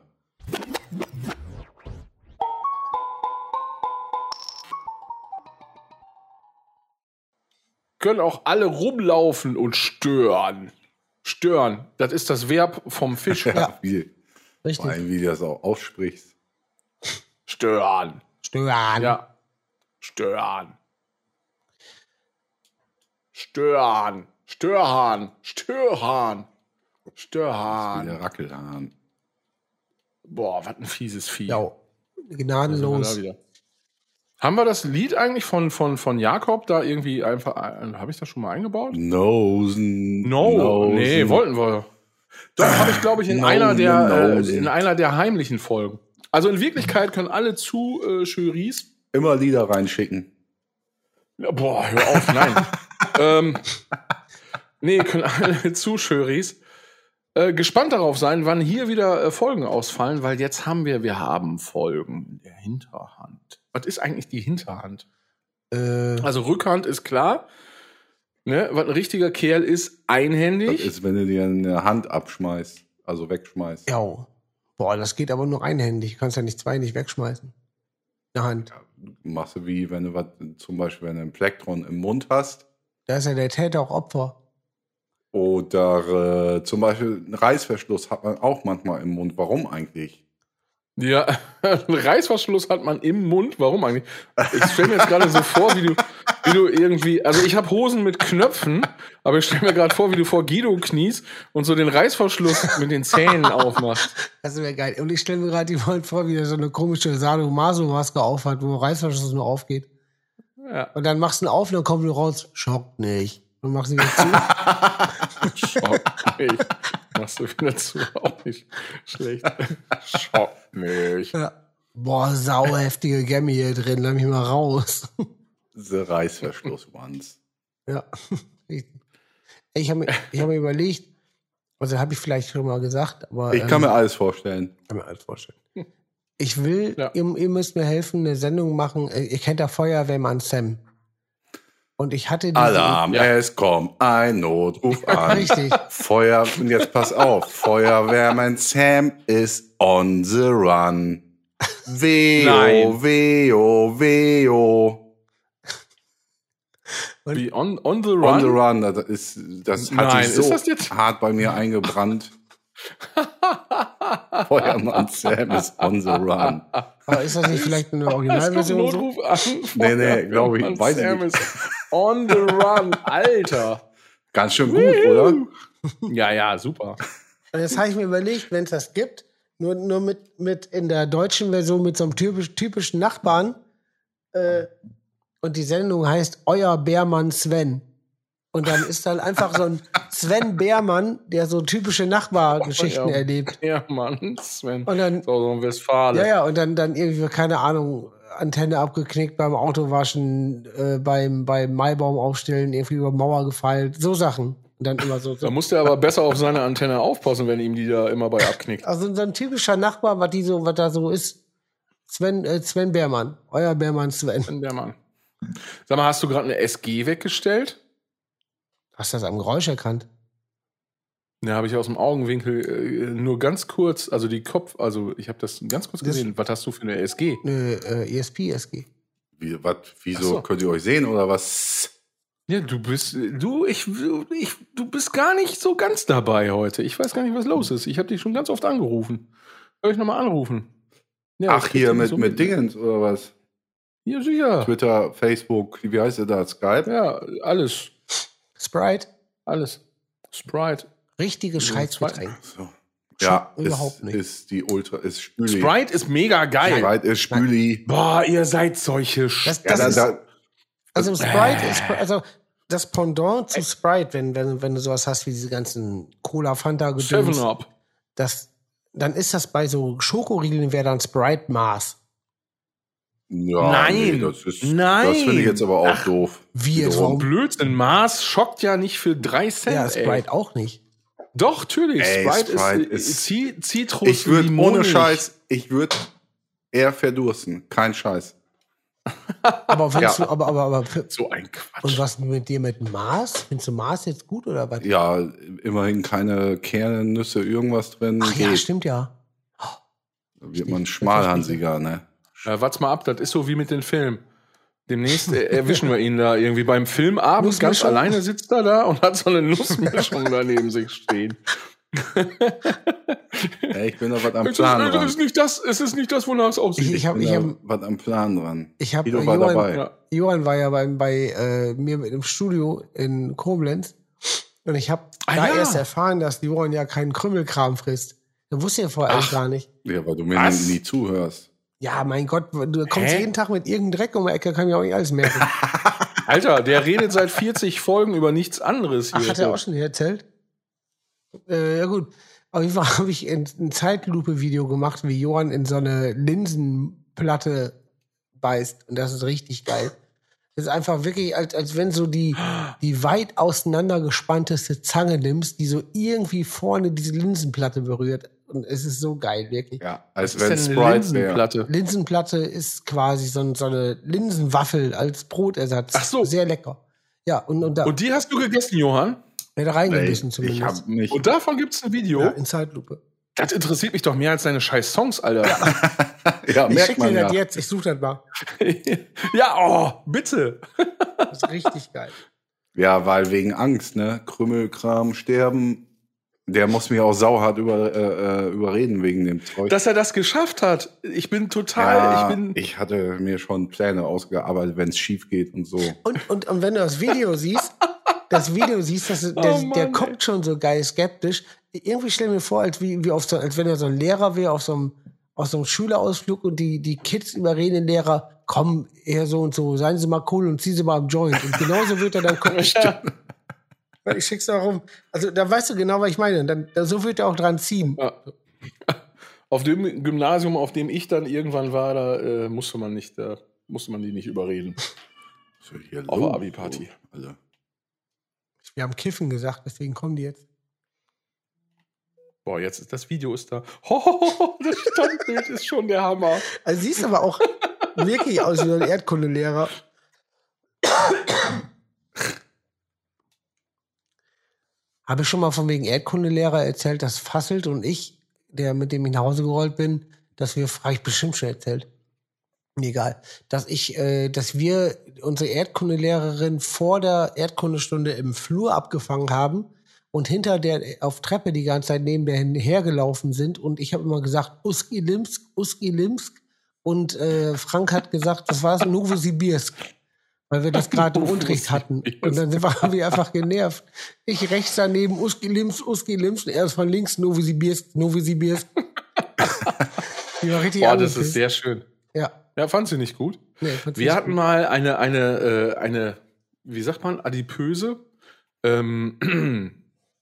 A: Können auch alle rumlaufen und stören. Stören, das ist das Verb vom Fisch.
B: ja, wie,
C: Richtig.
B: vor allem, wie du das auch aussprichst.
A: Stören.
C: Stören.
A: Ja. Stören. Stören. Störhahn. Störhahn.
B: Wie
A: Störhahn.
B: der Rackelhahn.
A: Boah, was ein fieses Vieh.
C: Ja.
A: Da sind wir
C: Gnadenlos.
B: Also,
A: da wieder. Haben wir das Lied eigentlich von, von, von Jakob da irgendwie einfach. äh, Habe ich das schon mal eingebaut?
B: Nosen.
A: No, nee, wollten wir. Doch, habe ich, glaube ich, in,
B: No,
A: einer der,
B: no,
A: äh,
B: no.
A: in einer der heimlichen Folgen. Also in Wirklichkeit können alle zu äh, Juries.
B: Immer Lieder reinschicken.
A: Ja, Boah, hör auf, nein. ähm, nee, können alle zu Juries. Äh, gespannt darauf sein, wann hier wieder äh, Folgen ausfallen, weil jetzt haben wir, wir haben Folgen in der Hinterhand. Was ist eigentlich die Hinterhand?
C: Äh,
A: Also Rückhand ist klar. Ne, was ein richtiger Kerl ist,
B: Das
A: einhändig.
B: ist, wenn du dir eine Hand abschmeißt, also wegschmeißt.
C: ja. Äh, Boah, das geht aber nur einhändig. Du kannst ja nicht zwei nicht wegschmeißen. Eine Hand.
B: Machst du wie, wenn du was, zum Beispiel, wenn du ein Plektron im Mund hast.
C: Da ist ja der Täter auch Opfer.
B: Oder äh, zum Beispiel einen Reißverschluss hat man auch manchmal im Mund. Warum eigentlich?
A: Ja, einen Reißverschluss hat man im Mund. Warum eigentlich? Ich stelle mir jetzt gerade so vor, wie du, wie du irgendwie, also ich habe Hosen mit Knöpfen, aber ich stelle mir gerade vor, wie du vor Guido kniest und so den Reißverschluss mit den Zähnen aufmachst.
C: Das wäre geil. Und ich stelle mir gerade die Volt vor, wie der so eine komische Sadomaso-Maske aufhat, wo Reißverschluss nur aufgeht.
A: Ja,
C: Und dann machst du ihn auf und dann kommt du raus, schockt nicht. Und machst ihn wieder zu.
A: schock mich. Oh, Machst du wieder zu, auch nicht schlecht. Schock mich.
C: ja. Boah, sauheftige Gemme hier drin, lass mich mal raus.
B: Diese Reißverschluss-Wands.
C: Ja. Ich, ich habe mir, ich hab mir überlegt, also habe ich vielleicht schon mal gesagt, aber. ähm,
B: Ich kann mir alles vorstellen.
C: kann mir alles vorstellen. Ich will,
A: Ja.
C: ihr, ihr müsst mir helfen, eine Sendung machen. Äh, Ihr kennt ja Feuerwehrmann Sam. Und ich hatte diese-
B: Alarm,
A: Ja.
B: es kommt ein Notruf an.
C: Richtig.
B: Feuer, und jetzt pass auf, Feuerwehrmann Sam ist on the run. Weo,
A: Nein.
B: weo, weo.
A: Wie on, on the run.
B: On the run, das ist, das hat
A: Nein,
B: sich so
A: ist das jetzt-
B: hart bei mir eingebrannt. Feuermann Sam ist on the run.
C: Aber ist das nicht vielleicht eine
A: Es kommt ein
C: Originalversion? so?
A: Notruf an.
B: Nee, nee, glaub ich,
A: Mann,
B: weiß ich
A: Sam
B: nicht.
A: ist On the run, Alter.
B: Ganz schön gut, oder?
A: Ja, ja, super.
C: Und Also jetzt habe ich mir überlegt, wenn es das gibt, nur, nur mit, mit in der deutschen Version mit so einem typisch, typischen Nachbarn. Äh, und die Sendung heißt Euer Bärmann Sven. Und dann ist dann einfach so ein Sven Bärmann, der so typische Nachbargeschichten
A: Euer-
C: erlebt.
A: Ja, Mann, Sven.
C: Und dann,
A: So, so ein Westfale.
C: ja, ja, und dann, dann irgendwie, keine Ahnung, Antenne abgeknickt beim Autowaschen, äh, beim, beim Maibaum aufstellen, irgendwie über Mauer gefeilt, so Sachen. Und dann immer so.
A: Da
C: so.
A: muss der aber besser auf seine Antenne aufpassen, wenn ihm die da immer bei abknickt.
C: Also so ein typischer Nachbar, was die so, was da so ist. Sven, äh, Sven Beermann, euer Beermann Sven.
A: Sven, der Mann. Sag mal, hast du gerade eine SG weggestellt?
C: Hast du das am Geräusch erkannt?
A: Ne, habe ich aus dem Augenwinkel äh, nur ganz kurz, also die Kopf, also ich habe das ganz kurz
C: Das-
A: gesehen. Was hast du für eine SG?
C: Nö, äh, ESP, SG.
B: Wie, wat, wieso
A: Ach so.
B: könnt ihr euch sehen oder was?
A: Ja, du bist, äh, du, ich, du- ich, du bist gar nicht so ganz dabei heute. Ich weiß gar nicht, was los ist. Ich habe dich schon ganz oft angerufen. Soll ich nochmal anrufen? Ja,
B: Ach,
A: das kriegt
B: hier
A: ihr nicht
B: mit,
A: so
B: mit Dingens oder was?
A: Ja, sicher.
B: Twitter, Facebook, wie heißt ihr da? Skype?
A: Ja, alles,
C: Sprite,
A: alles. Sprite.
C: richtiges
A: Ja,
C: Scheißgetränk.
B: So. Ja,
C: Schon überhaupt
B: ist,
C: nicht.
B: ist die Ultra, ist Spüli.
A: Sprite ist mega geil.
B: Sprite ist Spüli.
A: Boah, ihr seid solche
C: Das,
A: Sch
B: Ja,
C: das
B: da,
C: ist,
B: da,
A: Äh.
C: also Sprite ist, also das Pendant zu Sprite, wenn, wenn, wenn du sowas hast wie diese ganzen Cola, Fanta, Gedöns,
A: Seven Up.
C: das, dann ist das bei so Schokoriegeln wäre dann Sprite Maß.
B: Ja,
A: Nein.
B: nee, das ist,
A: Nein.
B: Das finde ich jetzt aber auch doof.
C: Wie jetzt?
B: Wiederum.
C: Warum?
A: Blödsinn, Mars schockt ja nicht für drei Cent.
C: Ja,
A: ey.
C: Sprite auch nicht.
A: Doch, natürlich.
B: Ey,
A: Sprite,
B: Sprite
A: ist,
B: ist-
A: Zi- Zitrus.
B: Ich würde
A: Limonen.
B: ohne Scheiß, ich würde eher verdursten. Kein Scheiß.
C: Aber wenn
B: Ja.
C: du, aber, aber, aber,
A: So ein Quatsch.
C: und was mit dir mit Mars? Findest du Mars jetzt gut oder was?
B: Ja, immerhin keine Kerne, Nüsse, irgendwas drin.
C: Ach ja,
B: Geht.
C: stimmt ja.
B: Da wird man schmalhansiger, ne?
A: Ja, warte Äh, mal ab, das ist so wie mit den Filmen. Demnächst äh, erwischen wir ihn da irgendwie beim Filmabend. Ganz
C: Nussmischung.
A: alleine sitzt er da und hat so eine Nussmischung daneben sich stehen.
B: Ey, ich bin da was am
A: Es ist,
B: Plan
A: es,
B: dran.
A: ist nicht das, es ist nicht das, wonach es
C: Ich,
A: aussieht.
C: ich
B: Ich
C: habe,
B: bin
C: ich
B: da
C: habe,
B: was am Plan dran.
C: ich habe,
B: Guido war dabei.
C: Johann,
A: Ja.
C: Johann war ja bei, bei äh, mir mit im Studio in Koblenz und ich habe
A: Ah,
C: da
A: ja.
C: erst erfahren, dass Johann ja keinen Krümmelkram frisst. Da wusste ich ja vorher
A: Ach.
C: gar nicht.
B: Ja, weil du mir
A: Was?
B: nie zuhörst.
C: Ja, mein Gott, du kommst
A: Hä?
C: jeden Tag mit irgendeinem Dreck um die Ecke, kann ich auch nicht alles merken.
A: Alter, der redet seit 40 Folgen über nichts anderes hier.
C: Ach, hat er auch schon erzählt? Äh, ja gut. Auf jeden Fall habe ich in- ein Zeitlupe-Video gemacht, wie Johann in so eine Linsenplatte beißt. Und das ist richtig geil. Das ist einfach wirklich, als, als wenn so die, die weit auseinandergespannteste Zange nimmst, die so irgendwie vorne diese Linsenplatte berührt. Und es ist so geil, wirklich.
B: Ja,
A: Was
B: als
A: ist
B: wenn
A: denn eine
B: Sprite wäre.
A: Linsenplatte?
C: Linsenplatte ist quasi so, ein- so eine Linsenwaffel als Brotersatz.
A: Ach so.
C: Sehr lecker. Ja, und, und da,
A: Und die hast du gegessen, Johann?
C: da
B: Ey,
C: reingebissen
B: Ich
C: zumindest.
B: hab mich.
A: Und davon gibt's ein Video.
C: ja, in Zeitlupe.
A: Das interessiert mich doch mehr als deine scheiß Songs, Alter. Ja,
B: Ja,
C: Ich
B: merkt
C: schicke
B: man
C: dir
B: ja.
C: das jetzt, ich suche das mal.
A: oh, bitte.
C: Das ist richtig geil.
B: Ja, weil wegen Angst, ne? Krümmelkram, Sterben. Der muss mich auch sauhart über, äh, äh, überreden wegen dem Zeug.
A: Dass er das geschafft hat. Ich bin total,
B: ja,
A: ich bin
B: ich hatte mir schon Pläne ausgearbeitet, wenn es schief geht und so.
C: Und, und, und wenn du das Video siehst, das Video siehst, das, der,
A: Mann,
C: der
A: ey.
C: kommt schon so geil skeptisch. Irgendwie stell mir vor, als, wie, wie auf so, als wenn er so ein Lehrer wäre, auf so einem, auf so einem Schülerausflug und die, die Kids überreden den Lehrer, komm, eher so und so, seien Sie mal cool und ziehen Sie mal am Joint. Und genauso wird er dann gucken. Weil Ich schick's auch rum. Also da weißt du genau, was ich meine. Dann, dann, so wird er auch dran ziehen.
A: Ja. Auf dem Gymnasium, auf dem ich dann irgendwann war, da äh, musste man nicht, da musste man die nicht überreden.
B: Was ist hier
A: Auf
B: los?
A: der Abi-Party.
B: Also,
C: Wir haben Kiffen gesagt, deswegen kommen die jetzt.
A: Boah, jetzt ist das Video ist da. Hohoho, das Standbild ist schon der Hammer.
C: Also siehst aber auch wirklich aus wie so ein Erdkundelehrer. Habe ich schon mal von wegen Erdkundelehrer erzählt, dass Fasselt und ich, der mit dem ich nach Hause gerollt bin, dass wir, habe ich bestimmt schon erzählt. Egal. Dass ich, äh, dass wir unsere Erdkundelehrerin vor der Erdkundestunde im Flur abgefangen haben und hinter der auf Treppe die ganze Zeit neben der hin- hergelaufen sind. Und ich habe immer gesagt, Uski Limsk, Uski Limsk. Und äh, Frank hat gesagt, das war Novosibirsk. Weil wir das gerade im Unterricht hatten. Und dann waren wir einfach genervt. Ich rechts daneben, Uski Limsk, Uski Limsk. Und erst von links, Novosibirsk, Novosibirsk. Die war richtig
A: Boah, das
C: angepisst.
A: ist sehr schön.
C: Ja.
A: Ja, fand sie nicht gut.
C: Nee, fand's
A: Wir
C: nicht
A: hatten
C: gut.
A: mal eine, eine, äh, eine, wie sagt man, adipöse ähm,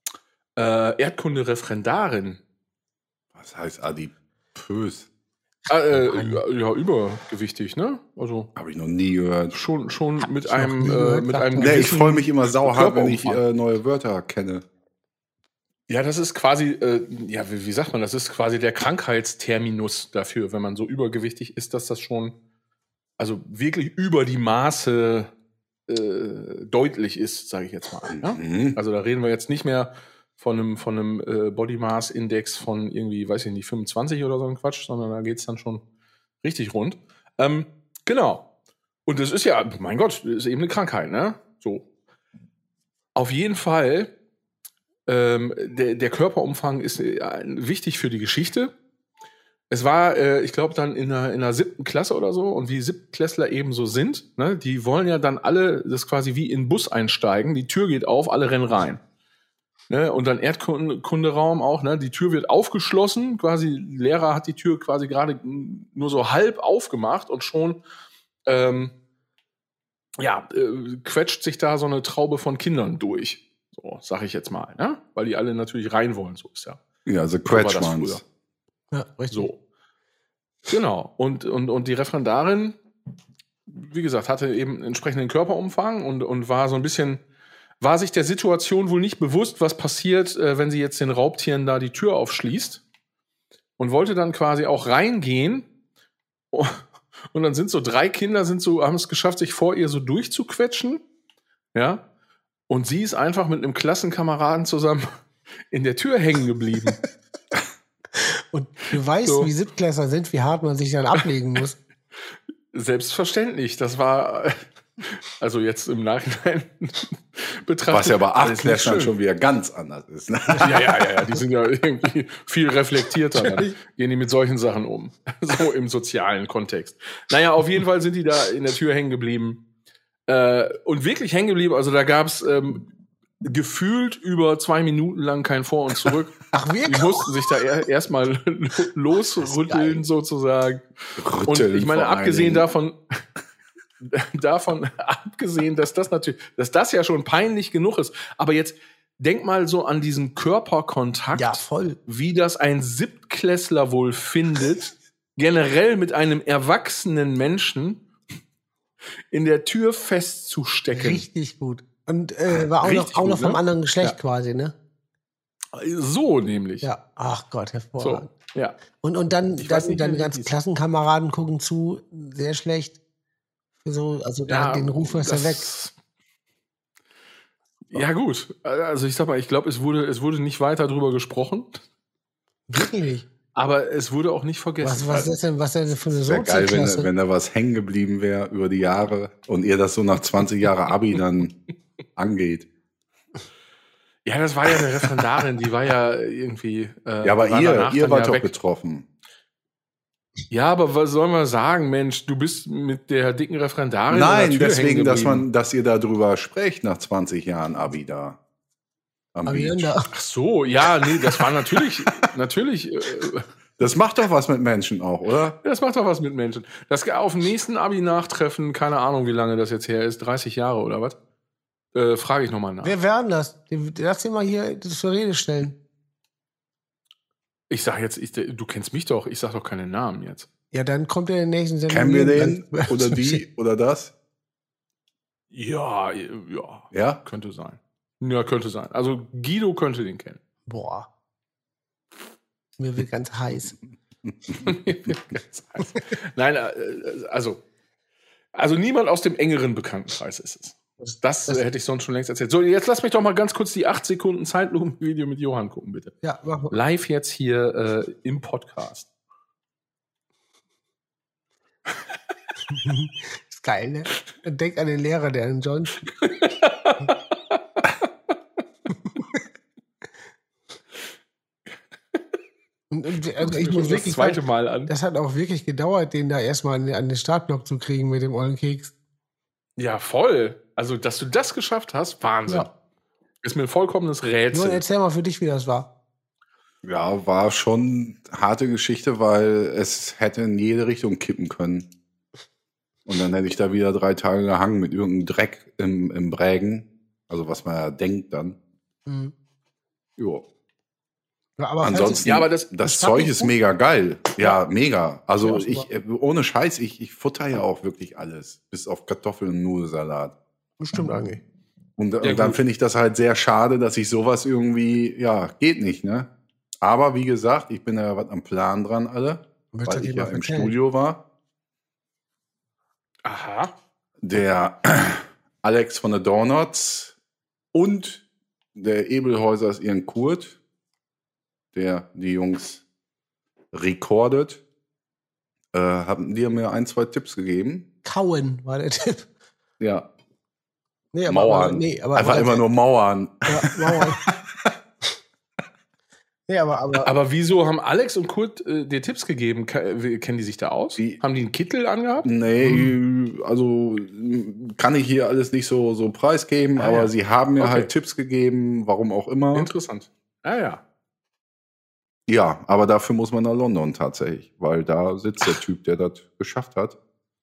A: äh, Erdkunde-Referendarin.
B: was heißt adipös?
A: Ah, äh,
C: Mann.
A: ja, übergewichtig, ne? Also
B: Habe ich noch nie gehört.
A: schon, schon mit
C: ich noch nie
A: einem, äh,
C: gehört,
A: mit
C: sagt
A: einem
C: er.
B: Nee, ich
A: gewissen-
B: freue mich immer sauhart, wenn ich
A: Körperumfang.
B: äh, neue Wörter kenne.
A: Ja, das ist quasi, äh, ja, wie, wie sagt man, das ist quasi der Krankheitsterminus dafür, wenn man so übergewichtig ist, dass das schon, also wirklich über die Maße äh, deutlich ist, sage ich jetzt mal. Ja?
B: Mhm.
A: Also da reden wir jetzt nicht mehr von einem, von einem äh, Body Mass Index von irgendwie, weiß ich nicht, 25 oder so ein Quatsch, sondern da geht's dann schon richtig rund. Ähm, genau. Und das ist ja, mein Gott, das ist eben eine Krankheit, ne? So. Auf jeden Fall, ähm, der, der Körperumfang ist äh, wichtig für die Geschichte. Es war, äh, ich glaube, dann in der, in der siebten Klasse oder so, und wie Siebtklässler eben so sind, ne, die wollen ja dann alle das quasi wie in den Bus einsteigen, die Tür geht auf, alle rennen rein. Ne, und dann Erdkunderaum auch, ne, die Tür wird aufgeschlossen, quasi, Lehrer hat die Tür quasi gerade nur so halb aufgemacht und schon ähm, ja, äh, quetscht sich da so eine Traube von Kindern durch. So, sag ich jetzt mal, ne? Weil die alle natürlich rein wollen, so ist ja.
B: Ja, also
A: war das
B: Quetschmanns.
A: früher.
C: Ja, richtig.
A: So. Genau. Und, und, und die Referendarin wie gesagt, hatte eben entsprechenden Körperumfang und, und war so ein bisschen, war sich der Situation wohl nicht bewusst, was passiert, äh, wenn sie jetzt den Raubtieren da die Tür aufschließt und wollte dann quasi auch reingehen. Oh, Und dann sind so drei Kinder, sind so, haben es geschafft, sich vor ihr so durchzuquetschen. Ja. Und sie ist einfach mit einem Klassenkameraden zusammen in der Tür hängen geblieben.
C: Und du weißt,
A: So.
C: wie Siebtklässler sind, wie hart man sich dann ablegen muss.
A: Selbstverständlich. Das war, äh, also jetzt im Nachhinein betrachtet.
B: Was ja bei acht
A: alles nicht
B: Klässlern
A: schön.
B: schon wieder ganz anders ist. Ne?
A: Ja, ja, ja, ja, die sind ja irgendwie viel reflektierter. Dann gehen die mit solchen Sachen um. So im sozialen Kontext. Naja, auf jeden Fall sind die da in der Tür hängen geblieben. Äh, und wirklich hängen geblieben. Also da gab's ähm, gefühlt über zwei Minuten lang kein Vor und Zurück.
C: Ach,
A: Die
C: wirklich?
A: mussten sich da er- erstmal lo- losrütteln sozusagen. Und
B: Rütteln
A: ich meine,
B: vor allen
A: abgesehen
B: Dingen.
A: davon, davon abgesehen, dass das natürlich, dass das ja schon peinlich genug ist. Aber jetzt denk mal so an diesen Körperkontakt,
C: Ja, voll.
A: wie das ein Siebtklässler wohl findet, generell mit einem erwachsenen Menschen in der Tür festzustecken.
C: Richtig gut. Und äh, war auch
A: Richtig
C: noch, auch
A: gut,
C: noch vom
A: ne?
C: anderen Geschlecht
A: Ja.
C: quasi, ne?
A: So nämlich.
C: Ja. Also Ach Gott, hervorragend.
A: So, ja.
C: Und, und dann,
A: Ich weiß
C: dann
A: nicht
C: deine
A: mehr, wie
C: ganzen
A: die-
C: Klassenkameraden gucken zu, sehr schlecht. So, also da, den Ruf ist er weg.
A: das- Ja, gut. Also ich sag mal, ich glaube, es wurde, es wurde nicht weiter drüber gesprochen,
C: Wirklich nicht.
A: aber es wurde auch nicht
C: Was,
A: vergessen.
C: was ist denn, was ist denn für eine
B: Wäre geil, wenn,
C: Sozialklasse?
B: wenn da was hängen geblieben wäre über die Jahre und ihr das so nach 20 Jahren Abi dann angeht.
A: ja, das war ja eine Referendarin, die war ja irgendwie. Äh,
B: Ja, aber
A: war
B: ihr,
A: danach
B: ihr
A: dann
B: wart doch
A: weg.
B: betroffen.
A: Ja, aber was soll man sagen, Mensch, du bist mit der dicken Referendarin. an
B: Nein,
A: der Tür hängen
B: deswegen, dass
A: geblieben.
B: man, dass ihr darüber sprecht nach 20 Jahren Abi da. Am
C: Aber
B: Beach.
C: da,
A: Ach so, ja, nee, das war natürlich, natürlich. Äh,
B: Das macht doch was mit Menschen auch, oder?
A: das macht doch was mit Menschen. Das auf dem nächsten Abi nachtreffen, keine Ahnung, wie lange das jetzt her ist, 30 Jahre oder was? Äh, Frage ich nochmal nach.
C: wer wären das? Den- Lass den mal hier zur Rede stellen.
A: Ich sag jetzt, ich, du kennst mich doch, ich sag doch keine Namen jetzt.
C: Ja, dann kommt er in der nächsten Sendung.
B: Kennen wir
C: hier.
B: den oder die oder das?
A: Ja, äh, ja,
B: Ja?
A: könnte sein. Ja, könnte sein. Also Guido könnte den kennen.
C: Boah. Mir wird ganz heiß.
A: Nein, äh, also, also niemand aus dem engeren Bekanntenkreis ist es. Das, äh, hätte ich sonst schon längst erzählt. So, jetzt lass mich doch mal ganz kurz die 8 Sekunden Zeitlupen-Video mit Johann gucken, bitte.
C: Ja, mach mal.
A: Live jetzt hier äh, im Podcast.
C: Ist geil, ne? Denk an den Lehrer, der in John. und, und, also
A: Guck's mir
C: ich muss
A: schon das
C: wirklich
A: zweite
C: sagen,
A: Mal an.
C: das hat auch wirklich gedauert, den da erstmal an, an den Startblock zu kriegen mit dem ollen Keks.
A: Ja, voll. Also, dass du das geschafft hast, Wahnsinn.
C: Ja.
A: Ist mir ein vollkommenes
C: Nun,
A: Rätsel.
C: erzähl mal für dich, wie das war.
B: Ja, war schon harte Geschichte, weil es hätte in jede Richtung kippen können. Und dann hätte ich da wieder drei Tage gehangen mit irgendeinem Dreck im, im Brägen. Also was man ja denkt dann.
C: Mhm.
B: Jo.
C: Ja, aber
B: Ansonsten,
A: Ja, aber das-
B: das
A: das
B: Zeug
A: hat-
B: ist mega geil. Ja, mega. Also
C: Ja, super.
B: ich, äh, ohne Scheiß, ich, ich futter ja auch wirklich alles. Bis auf Kartoffeln und Nudelsalat.
C: bestimmt
B: Mhm.
C: eigentlich.
B: Und,
A: Ja,
B: und dann
A: gut.
B: finde ich das halt sehr schade, dass ich sowas irgendwie, ja, geht nicht, ne? Aber wie gesagt, ich bin ja was am Plan dran alle,
C: Willst du
B: weil
C: dir
B: ich ja
C: mal
B: im
C: erzählen?
B: Studio war.
A: Aha.
B: Der Alex von der Donuts und der Ebelhäuser ist ihren Kurt, der die Jungs recordet. Äh, haben die haben mir ein, zwei Tipps gegeben.
C: Kauen war der Tipp.
B: Ja,
C: Nee,
B: Mauern.
C: nee, aber,
B: Einfach
C: aber,
B: immer nur Mauern.
C: Ja, Mauern. nee, aber, aber,
A: Aber wieso haben Alex und Kurt äh, dir Tipps gegeben? Ke- äh, Kennen die sich da aus?
B: Die-
A: haben die einen Kittel angehabt?
B: Nee, also kann ich hier alles nicht so, so preisgeben,
A: Ah,
B: aber
A: ja.
B: sie haben mir
A: Okay.
B: halt Tipps gegeben, warum auch immer.
A: Interessant. Ah ja.
B: Ja, aber dafür muss man nach London tatsächlich, weil da sitzt der Typ, der das geschafft hat.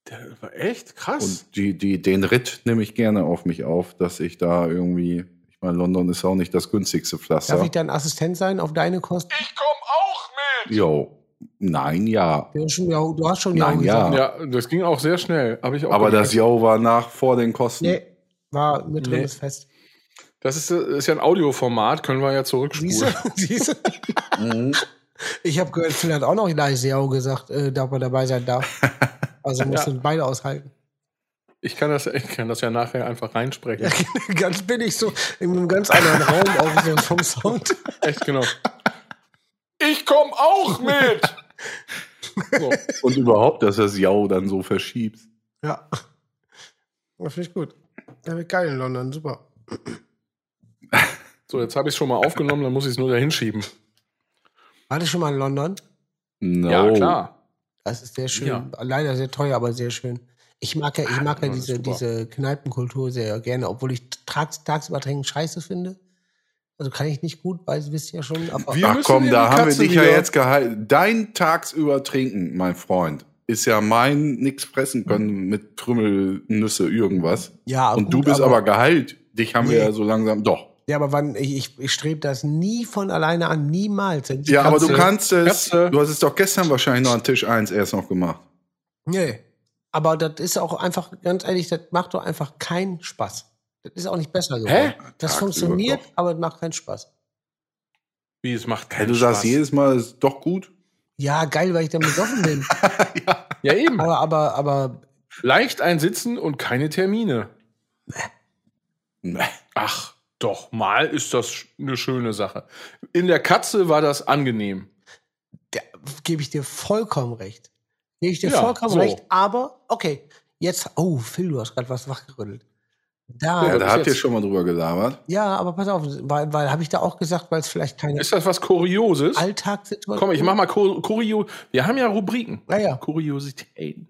A: Der war echt krass.
B: Und die, die, den Ritt nehme ich gerne auf mich auf, dass ich da irgendwie, ich meine, London ist auch nicht das günstigste
C: darf
B: Pflaster.
C: ich dein Assistent sein auf deine Kosten?
A: ich komme auch mit.
B: Jo. Nein, ja.
C: Wir haben schon, ja, du hast schon
B: Nein, ja.
C: gesagt.
A: Ja, das ging auch sehr schnell. Hab ich auch
B: Aber
A: gemerkt.
B: das Yo war nach vor den Kosten.
C: Nee, war mit drin
A: Nee.
C: ist fest.
A: das ist, äh, ist ja ein Audioformat, können wir ja
C: Siehst
A: zurückspulen.
C: du? Siehst du?
B: Mhm.
C: Ich habe gehört, Phil hat auch noch leise Jau gesagt, äh, dass man dabei sein darf. Also mussten beide aushalten.
A: Ich kann, das, ich kann das ja nachher einfach reinsprechen.
C: ganz bin ich so in einem ganz anderen Raum auf so vom Sound.
A: Echt genau. Ich komme auch mit! So.
B: Und überhaupt, dass das Yo dann so verschiebt.
C: Ja. Das finde ich gut. Ja, wird geil in London, super.
A: So, jetzt habe ich es schon mal aufgenommen, dann muss ich es nur da hinschieben.
C: War das schon mal in London?
B: No.
A: Ja, klar.
C: Das ist sehr schön.
A: Ja.
C: Leider sehr teuer, aber sehr schön. Ich mag ja, ich
B: Ah,
C: mag ja
A: das ist
C: diese,
A: super.
C: diese Kneipenkultur sehr gerne, obwohl ich tags, tagsüber trinken scheiße finde. Also kann ich nicht gut, weil das wisst ihr ja schon. Aber
A: Wir
B: Ach
A: müssen
B: komm,
A: in
B: da
A: die
B: haben wir
A: Katze
B: dich ja
A: wieder.
B: jetzt gehalten. Dein tagsüber trinken, mein Freund, ist ja mein nix fressen können mit Krümmel, Nüsse, irgendwas.
C: ja,
B: Und
C: gut,
B: du bist aber, geheilt. Dich haben wir
C: Nee.
B: ja so langsam. Doch.
C: Ja, aber wann, ich, ich, ich strebe das nie von alleine an, niemals. Wenn ich
B: Ja, aber
C: Katze-
B: du kannst es.
A: Katze.
B: Du hast es doch gestern wahrscheinlich noch an Tisch 1 erst noch gemacht.
C: Nee. Aber das ist auch einfach, ganz ehrlich, das macht doch einfach keinen Spaß. Das ist auch nicht besser geworden. Das
B: Tagsüber
C: funktioniert,
B: doch.
C: aber es macht keinen Spaß.
A: Wie, es macht
B: Hey,
A: keinen
B: du
A: Spaß.
B: sagst jedes Mal, ist doch gut.
C: Ja, geil, weil ich dann besoffen bin.
A: ja, eben.
C: aber, aber, aber,
A: Leicht einsitzen und keine Termine.
B: Nee.
A: Ach, doch, mal ist das sch- eine schöne Sache. In der Katze war das angenehm.
C: da gebe ich dir vollkommen recht. Gebe ich dir
A: Ja,
C: vollkommen
A: so.
C: recht, aber, okay, jetzt, oh, Phil, du hast gerade was wachgerüttelt.
A: Ja,
B: Ja,
C: Da,
A: also
C: ja,
A: bis
B: da habt ihr
A: jetzt.
B: schon mal drüber gelabert.
C: aber pass auf, weil, weil habe ich da auch gesagt, weil es vielleicht keine
A: Ist das was Kurioses?
C: Alltagssituation
A: Komm, ich mach mal Kur Kurio. Wir haben ja Rubriken.
C: Ah, ja.
A: Kuriositäten.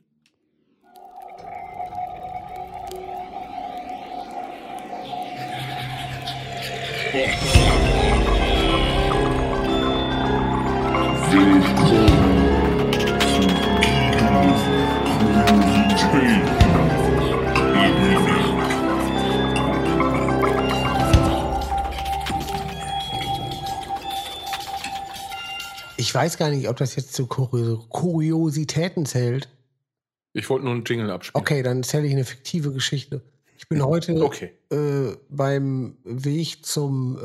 C: Ich weiß gar nicht, ob das jetzt zu Kurio- Kuriositäten zählt.
A: Ich wollte nur einen Jingle abspielen.
C: Okay, dann erzähle ich eine fiktive Geschichte. Ich bin heute
A: Okay.
C: äh, beim Weg zum,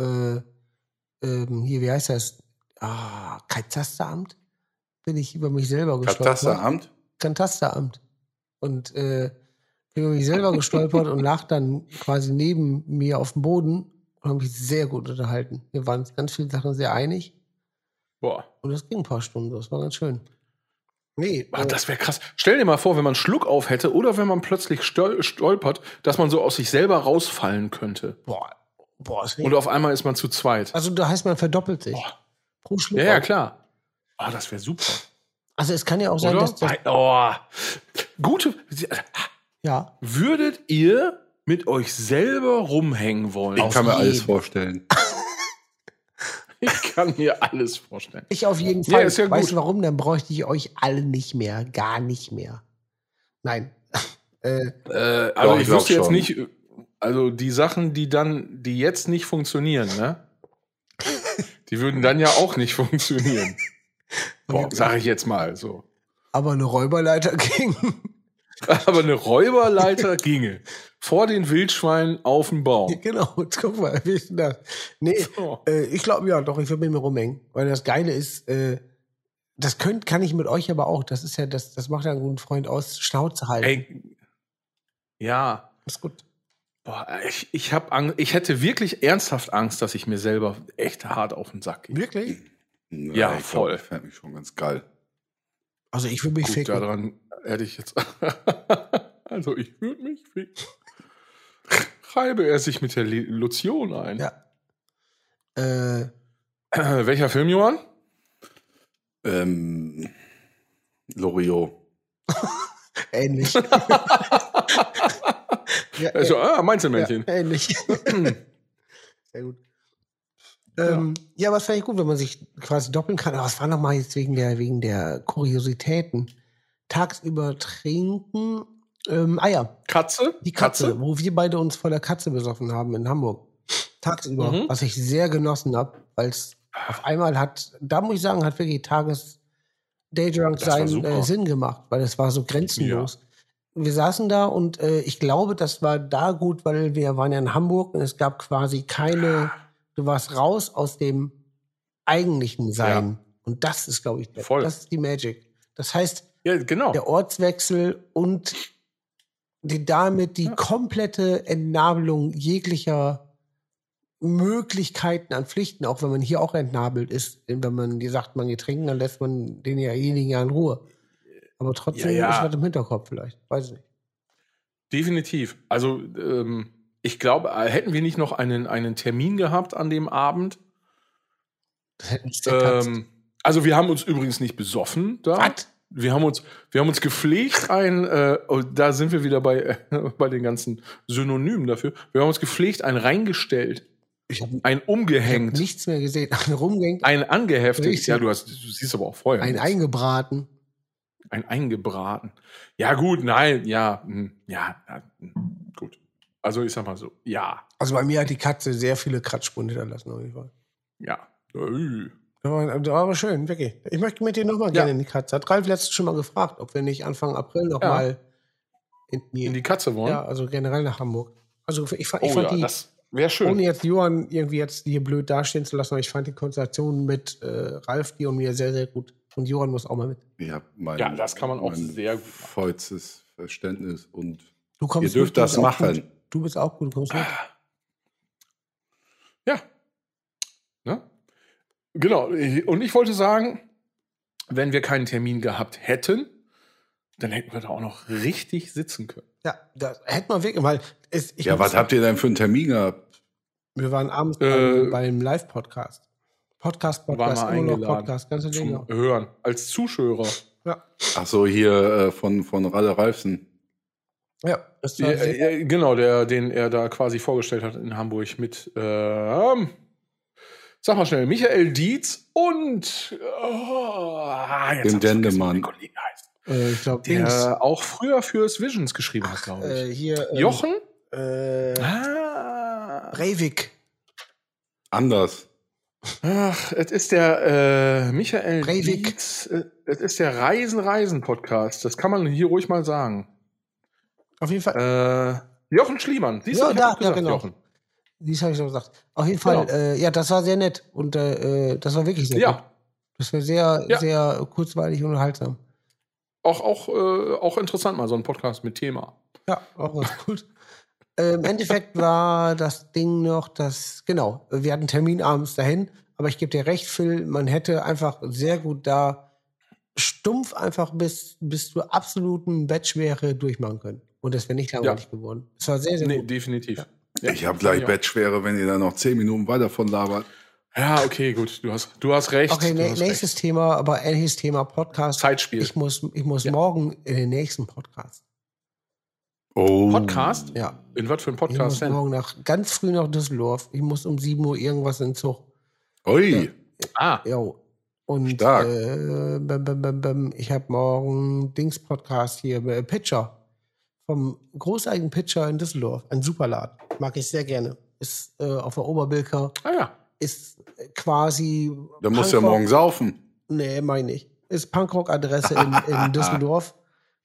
C: äh, ähm, hier, wie heißt das? Ah, Katasteramt? Bin ich über mich selber gestolpert.
B: Katasteramt?
C: Katasteramt. Und äh, bin über mich selber gestolpert und lag dann quasi neben mir auf dem Boden und habe mich sehr gut unterhalten. Wir waren uns ganz viele Sachen sehr einig
A: Boah.
C: und das ging ein paar Stunden. Das war ganz schön. Nee,
A: Ah,
C: äh,
A: das wäre krass. Stell dir mal vor, wenn man einen Schluck auf hätte oder wenn man plötzlich stol stolpert, dass man so aus sich selber rausfallen könnte.
C: boah, boah, das
A: Und auf einmal ist man zu zweit.
C: Also da heißt man verdoppelt sich.
A: Boah.
C: Pro Schluck.
A: Ja, ja, klar. Ah, das wäre super.
C: Also es kann ja auch sein,
A: Oder?
C: dass das,
A: Nein, oh. Gute.
C: ja.
A: Würdet ihr mit euch selber rumhängen wollen?
B: Ich kann mir
C: jeden.
B: alles vorstellen.
A: Ich kann mir alles vorstellen.
C: Ich auf jeden
A: Ja,
C: Fall.
A: ist ja gut.
C: weißt du warum? Dann bräuchte ich euch alle nicht mehr. Gar nicht mehr. Nein. äh,
A: Äh, also
B: Doch,
A: ich
B: ich glaub
A: wüsste jetzt
B: schon.
A: nicht, also die Sachen, die dann, die jetzt nicht funktionieren, ne? Die würden dann ja auch nicht funktionieren. Boah, sag ich jetzt mal so.
C: aber eine Räuberleiter ging.
A: Aber eine Räuberleiter ginge. Vor den Wildschweinen auf dem Baum.
C: genau. Jetzt guck mal, wie ist denn das? Nee,
A: So.
C: äh, ich glaube ja, doch, ich würde mit mir rumhängen. Weil das Geile ist, äh, das könnt, kann ich mit euch aber auch. Das ist ja, das, das macht ja einen guten Freund aus, Schnauze halten.
A: Ey, ja.
C: Das ist gut.
A: Boah, ich, ich, hab Angst, ich hätte wirklich ernsthaft Angst, dass ich mir selber echt hart auf den Sack gehe.
C: Wirklich?
A: Ja,
B: ich
A: voll.
B: Glaub, fand mich schon ganz geil.
C: Also ich würde mich
A: Gut,
C: ficken.
A: daran hätte ich jetzt. also, ich würde mich ficken. Reibe er sich mit der Le- Lotion ein.
C: Ja. Äh,
A: Welcher Film, Johann?
B: Ähm, Loriot.
C: ähnlich. ja,
A: Also, ah,
C: ja,
A: Meinzelmännchen.
C: ähnlich. Sehr gut. Ähm, ja, aber es fände ich gut, wenn man sich quasi doppeln kann. Aber es war nochmal jetzt wegen der, wegen der Kuriositäten. Tagsüber trinken. Ähm, ah ja,
A: Katze?
C: die Katze, wo wir beide uns vor der Katze besoffen haben in Hamburg. Tagsüber,
A: Mhm.
C: was ich sehr genossen habe, weil es auf einmal hat, da muss ich sagen, hat wirklich Tages, Daydrunk
A: Das war
C: seinen
A: super.
C: äh, Sinn gemacht, weil es war so grenzenlos. Wir saßen da und äh, ich glaube, das war da gut, weil wir waren ja in Hamburg und es gab quasi keine, du warst raus aus dem eigentlichen Sein. Und das ist, glaube ich, der-
A: Voll.
C: das ist die Magic. Das heißt,
A: Ja, genau.
C: der Ortswechsel und die, damit die komplette Entnabelung jeglicher Möglichkeiten an Pflichten, auch wenn man hier auch entnabelt ist, wenn man die sagt, man geht trinken, dann lässt man denjenigen ja in Ruhe. Aber trotzdem
A: Ja, ja.
C: ist was im Hinterkopf vielleicht, weiß ich nicht.
A: Definitiv. Also ähm, ich glaube, äh, hätten wir nicht noch einen, einen Termin gehabt an dem Abend.
C: Das hätte mich zerkratzt.
A: Ähm, also wir haben uns übrigens nicht besoffen da.
C: Was?
A: Wir haben uns, wir haben uns gepflegt ein, äh, oh, da sind wir wieder bei, äh, bei den ganzen Synonymen dafür. Wir haben uns gepflegt ein reingestellt,
C: ich habe
A: ein umgehängt,
C: nichts mehr gesehen, ein rumgehängt,
A: ein angeheftet.
C: Richtig.
A: Ja, du hast, du siehst aber auch Feuer.
C: ein eingebraten.
A: Ein eingebraten. Ja, gut, nein, ja, hm, ja, ja, hm, gut. Also ich sag mal so, ja,
C: Also bei mir hat die Katze sehr viele Kratzspuren hinterlassen, auf jeden Fall.
A: ja. Äh,
C: Das war, das war aber schön, wirklich. Ich möchte mit dir nochmal
A: Ja.
C: gerne in die Katze. Hat Ralf letztens schon mal gefragt, ob wir nicht Anfang April
A: Ja.
C: nochmal in,
A: In die Katze wollen.
C: Ja, also generell nach Hamburg. Also ich, fa- ich
A: oh
C: fand
A: ja,
C: die,
A: das wäre schön.
C: ohne jetzt Johann irgendwie jetzt hier blöd dastehen zu lassen, aber ich fand die Konstellation mit äh, Ralf, die und mir sehr, sehr gut. Und Johann muss auch mal mit.
B: Ja, mein,
A: Ja, das kann man auch
B: mein
A: sehr gut machen.
B: vollstes Verständnis und
C: Du
B: ihr
C: kommst
B: dürft
C: mit, du
B: das
C: bist auch
B: machen.
C: Gut. Du bist auch gut, du kommst mit.
A: Ja. Ne? Genau. Und ich wollte sagen, wenn wir keinen Termin gehabt hätten, dann hätten wir da auch noch richtig sitzen können.
C: Ja, das hätte man wirklich, weil es, ich
B: Ja,
C: muss
B: was
C: sagen,
B: habt ihr denn für einen Termin gehabt?
C: wir waren abends
A: Äh,
C: beim, beim Live-Podcast. Podcast, Podcast,
A: mal
C: immer noch
A: eingeladen.
C: Podcast, ganze
A: Zum
C: Dinge.
A: Hören. Als Zuschauer.
C: Ja,
B: Ach so, hier äh, von, von Ralle Ralfsen.
C: ja, das
A: Ja,
C: war sehr,
A: äh, genau, der, den er da quasi vorgestellt hat in Hamburg mit, ähm, sag mal schnell, Michael Dietz und oh, ah, jetzt hab
B: Dem
A: ich vergessen, wie der
B: Dendemann.
A: Kollege heißt.
C: äh, ich glaube, Dings.
A: Der auch früher fürs Visions geschrieben hat, glaube ich.
C: Äh, hier, ähm,
A: Jochen?
C: Äh,
A: Ah.
C: Breivik.
B: Anders.
A: Ach, es ist der äh, Michael
C: Breivik.
A: Dietz, äh, es ist der Reisen-Reisen-Podcast. Das kann man hier ruhig mal sagen.
C: Auf jeden Fall.
A: Äh, Jochen Schliemann. Siehst
C: Ja,
A: ich hab
C: da,
A: doch gesagt,
C: ja, genau.
A: Jochen.
C: Dies habe ich schon gesagt. Auf jeden Fall,
A: Genau.
C: äh, ja, das war sehr nett und äh, äh, das war wirklich sehr gut.
A: Ja,
C: Das war sehr,
A: Ja.
C: sehr kurzweilig und unterhaltsam.
A: auch, auch, äh, auch interessant mal so ein Podcast mit Thema.
C: Ja, auch ganz cool. äh, Im Endeffekt war das Ding noch, dass, genau, wir hatten einen Termin abends dahin, aber ich gebe dir recht, Phil, man hätte einfach sehr gut da stumpf einfach bis, bis zur absoluten Bettschwere durchmachen können. Und das wäre nicht langweilig geworden. Es war sehr, sehr
A: Nee,
C: gut.
A: definitiv.
B: Ich habe gleich
A: Ja.
B: Bettschwere, wenn ihr da noch zehn Minuten weiter von labert.
A: Ja, okay, gut. Du hast, du hast recht.
C: Okay,
A: du
C: nä-
A: hast
C: nächstes Thema, aber ähnliches Thema Podcast.
A: recht. Zeitspiel.
C: Ich muss, ich muss
A: Ja.
C: morgen in den nächsten Podcast.
B: Oh.
A: Podcast?
C: Ja.
A: In was für ein
C: Ich
A: Podcast
C: muss
A: denn?
C: morgen nach, ganz früh nach Düsseldorf. Ich muss um 7 Uhr irgendwas in den Zug.
B: Ui.
A: Ah,
C: Jo. Und
B: Stark.
C: Äh, bäm, bäm, bäm, bäm. ich habe morgen Dings-Podcast hier, äh, Pitcher. Vom großartigen Pitcher in Düsseldorf. Ein Superladen. Mag ich sehr gerne. Ist äh, auf der Oberbilker.
A: ah ja.
C: Ist äh, quasi.
B: Da musst du ja
C: Punkrock-
B: morgen saufen.
C: Nee, meine ich. Ist Punkrock-Adresse in, in Düsseldorf.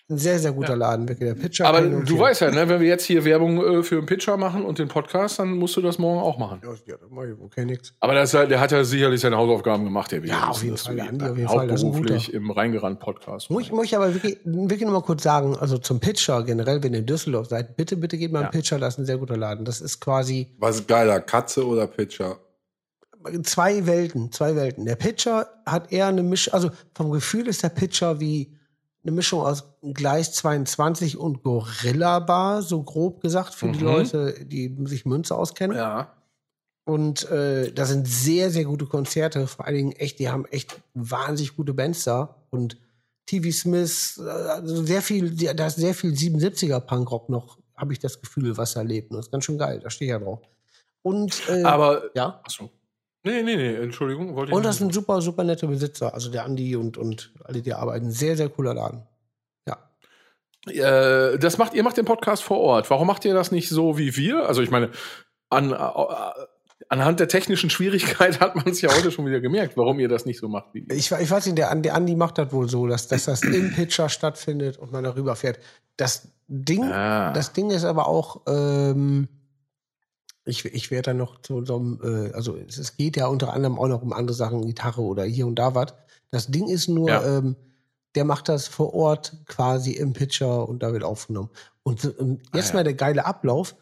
C: Ein sehr, sehr guter Laden, wirklich. Der Pitcher.
A: Aber
C: kann ich
A: du
C: empfehlen.
A: weißt ja, ne, wenn wir jetzt hier Werbung äh, für einen Pitcher machen und den Podcast, dann musst du das morgen auch machen.
C: Ja, ja, da mach ich okay, nix.
A: Aber das, halt, der hat ja sicherlich seine Hausaufgaben gemacht, der
C: Ja, auf jeden
A: Das
C: Fall,
A: ist
C: der Andi, auf jeden Fall, das ist ein
A: Hauptberuflich im Reingerannt-Podcast.
C: Muss, ich- muss ich aber wirklich, wirklich noch mal kurz sagen, also zum Pitcher generell, wenn ihr in Düsseldorf seid, bitte, bitte geht mal in
A: Ja.
C: Pitcher, das ist ein sehr guter Laden. Das ist quasi
B: Was ist geiler, Katze oder Pitcher?
C: zwei Welten, zwei Welten. Der Pitcher hat eher eine Mischung, also vom Gefühl ist der Pitcher wie eine Mischung aus Gleis 22 und Gorilla Bar, so grob gesagt, für die
A: Mhm.
C: Leute, die sich Münze auskennen.
A: Ja.
C: Und äh, da sind sehr, sehr gute Konzerte. Vor allen Dingen echt, die haben echt wahnsinnig gute Bands da. Und TV Smith, äh, also sehr viel, die- da ist sehr viel 77er Punkrock noch, habe ich das Gefühl, was erlebt. Und das ist ganz schön geil, da stehe ich ja drauf. Und äh,
A: Aber,
C: ja.
A: achso. Nee, nee, nee, Entschuldigung. Wollte
C: Und
A: ich
C: das sind super, super nette Besitzer. Also der Andi und, und alle, die da arbeiten. Sehr, sehr cooler Laden. Ja.
A: nicht. äh, das macht, ihr macht den Podcast vor Ort. Warum macht ihr das nicht so wie wir? Also, ich meine, an, äh, Anhand der technischen Schwierigkeit hat man es ja heute schon wieder gemerkt, warum ihr das nicht so macht. Wie
C: Ich, we- ich weiß nicht, der, An- der Andi macht das wohl so, dass, dass das im Pitcher stattfindet und man darüber fährt. Das Ding,
A: Ah.
C: das Ding ist aber auch, ähm, ich, ich werde dann noch zu so einem, äh, also es, es geht ja unter anderem auch noch um andere Sachen, Gitarre oder hier und da was. Das Ding ist nur,
A: Ja.
C: ähm, der macht das vor Ort quasi im Pitcher und da wird aufgenommen. Und, so- und jetzt
A: Ah, ja.
C: mal der geile Ablauf.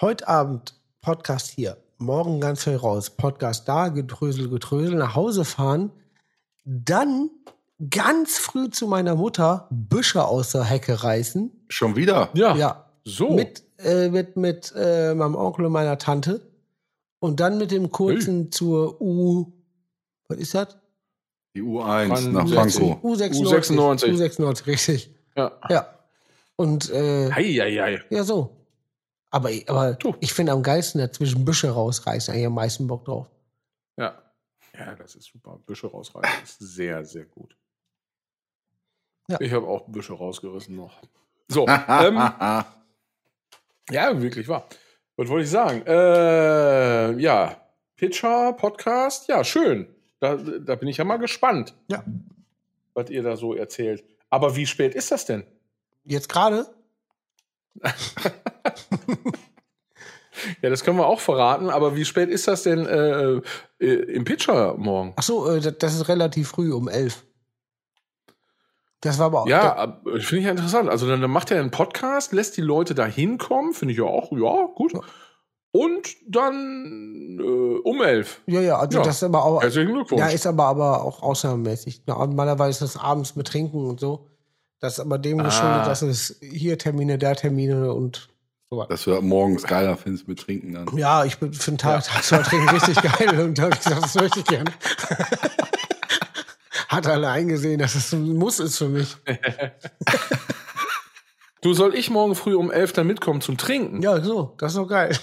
C: Heute Abend Podcast hier, morgen ganz viel raus, Podcast da, getrösel, getrösel, nach Hause fahren, dann ganz früh zu meiner Mutter Büsche aus der Hecke reißen.
B: Schon wieder?
A: ja,
C: Ja,
A: so.
C: mit, äh, mit, mit äh, meinem Onkel und meiner Tante. Und dann mit dem kurzen zur U. Was ist das?
B: Die U1
A: Von
B: nach
A: Sachsen.
B: Franco.
C: U96.
A: U96.
C: U96, richtig.
A: ja.
C: Ja. Und äh,
A: Hei, hei, hei.
C: ja, so. Aber, aber
A: Du.
C: ich finde am geilsten dazwischen Büsche rausreißen, eigentlich am meisten Bock drauf.
A: Ja. ja, das ist super. Büsche rausreißen ist sehr, sehr gut.
C: Ja.
A: Ich habe auch Büsche rausgerissen noch. So, ähm, Ja, wirklich wahr. Was wollte ich sagen? Äh, ja, Pitcher, Podcast, ja, schön. Da, da bin ich ja mal gespannt.
C: Ja.
A: Was ihr da so erzählt. Aber wie spät ist das denn?
C: Jetzt gerade?
A: Ja, das können wir auch verraten, aber wie spät ist das denn äh, äh, im Pitcher morgen?
C: Ach so, äh, das- das ist relativ früh um elf. Das war aber auch.
A: Ja, ab- finde ich ja interessant. Also dann, dann macht er einen Podcast, lässt die Leute da hinkommen, finde ich ja auch, ja, gut. Und dann äh, um elf.
C: ja, ja, also
A: Ja.
C: das ist aber auch.
A: Herzlichen Glückwunsch.
C: Ja, ist aber, aber auch außermäßig. Normalerweise ist das abends mit Trinken und so. Das ist aber dem
A: Ah.
C: geschuldet, dass es hier Termine, da Termine und so was.
B: Dass du ab morgens geiler findest mit Trinken dann.
C: Ja, ich bin für den Tag ja. Trinken richtig geil und da habe ich gesagt, das möchte ich gerne. Hat alle eingesehen, dass es ein Muss ist für mich.
A: du soll ich morgen früh um elf dann mitkommen zum Trinken?
C: Ja, so, das ist doch geil.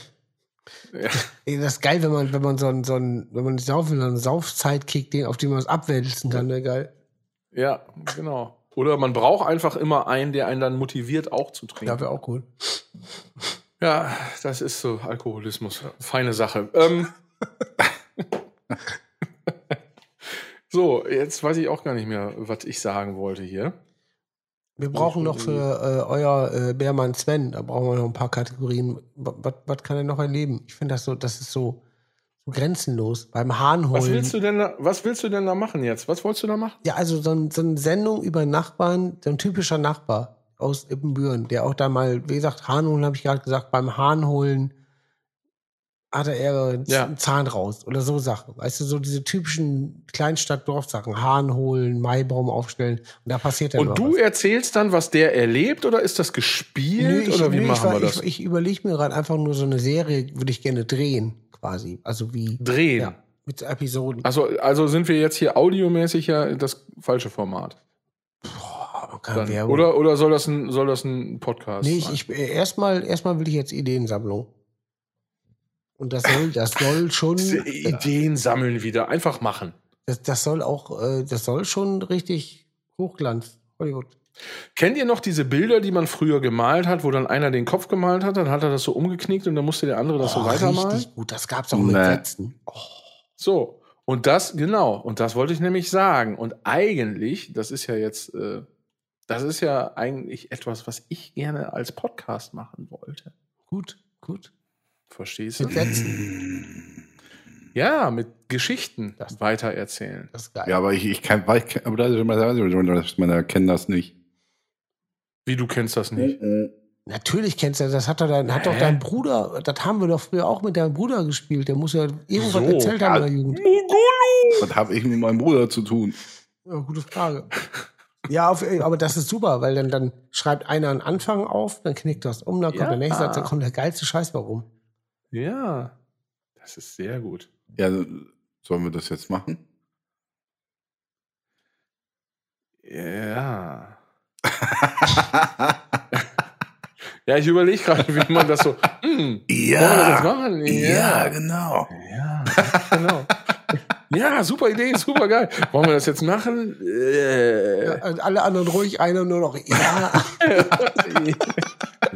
A: Ja.
C: Ey, Das ist geil, wenn man, wenn man so einen, so einen, wenn man saufen, so einen Saufzeitkick, den, auf den man es abwälzen kann, ne, geil.
A: Ja, genau. Oder man braucht einfach immer einen, der einen dann motiviert, auch zu
C: Ja,
A: trinken.
C: wäre auch cool.
A: Ja, das ist so Alkoholismus. Feine Sache. Ähm, so, jetzt weiß ich auch gar nicht mehr, was ich sagen wollte hier.
C: Wir brauchen noch für äh, euer äh, Bärmann Sven, da brauchen wir noch ein paar Kategorien. Was, was kann er noch erleben? Ich finde das so, das ist so, so grenzenlos. Beim Hahn holen.
A: Was willst du denn da, was willst du denn da machen jetzt? Was wolltest du da machen?
C: Ja, also so, ein, so eine Sendung über Nachbarn, so ein typischer Nachbar aus Ippenbüren, der auch da mal, wie gesagt, Hahn holen, habe ich gerade gesagt, beim Hahn holen hatte er einen Z-
A: Ja.
C: einen Zahn raus oder so Sachen. Weißt du, so diese typischen Kleinstadt-Dorf-Sachen. Hahn holen, Maibaum aufstellen und da passiert dann
A: Und
C: mal
A: du
C: was.
A: erzählst dann, was der erlebt oder ist das gespielt
C: ich-
A: oder wie
C: ich
A: machen
C: war-
A: wir das?
C: Ich, ich überlege mir gerade einfach nur so eine Serie, würde ich gerne drehen, quasi. Also wie
A: Drehen.
C: ja, mit Episoden.
A: Also, also sind wir jetzt hier audiomäßig ja das falsche Format.
C: Boah, keine
A: Dann.
C: Oh, Ah, Werbung.
A: Oder, oder soll das ein, soll das ein Podcast
C: Nee,
A: sein?
C: ich, ich, äh, erstmal, erstmal will ich jetzt Ideensammlung. Und das soll, das soll schon,
A: Diese Ideen sammeln wieder, einfach machen.
C: das, das soll auch, äh, das soll schon richtig Hochglanz. Hollywood.
A: Kennt ihr noch diese Bilder, die man früher gemalt hat, wo dann einer den Kopf gemalt hat, dann hat er das so umgeknickt und dann musste der andere das so weitermalen?
C: Oh, Ah, richtig gut. Das gab's auch mit
B: Nee.
C: Sätzen. Oh,
A: So. Und das, genau, und das wollte ich nämlich sagen. Und eigentlich, das ist ja jetzt, äh, das ist ja eigentlich etwas, was ich gerne als Podcast machen wollte.
C: gut, gut.
A: Verstehst du?
C: Mit Sätzen.
A: Hm. Ja, mit Geschichten
C: Das-
A: weitererzählen.
C: Das ist geil.
B: Ja, aber ich, ich kann, weil ich kann- aber das, man kennt das nicht.
A: Wie du kennst das nicht.
C: Natürlich kennst du das. Hat doch dein, hat doch
A: Hä?
C: dein Bruder, das haben wir doch früher auch mit deinem Bruder gespielt. Der muss ja irgendwas
A: So,
C: erzählt haben
B: ja.
C: in der Jugend.
B: Was habe ich mit meinem Bruder zu tun?
C: Ja, gute Frage. Ja, auf, äh, aber das ist super, weil dann, dann schreibt einer einen Anfang auf, dann knickt das um, dann kommt
A: Ja.
C: der nächste Satz, dann kommt der geilste Scheiß warum.
A: Ja, das ist sehr gut.
B: Ja, sollen wir das jetzt machen?
A: Ja. ja, ich überlege gerade, wie man das so. Hm, wollen wir das jetzt machen?
B: genau.
A: Ja, genau. Ja, super Idee, super geil. Wollen wir das jetzt machen?
C: Ja,
A: Äh,
C: und alle anderen ruhig, einer nur noch, ja.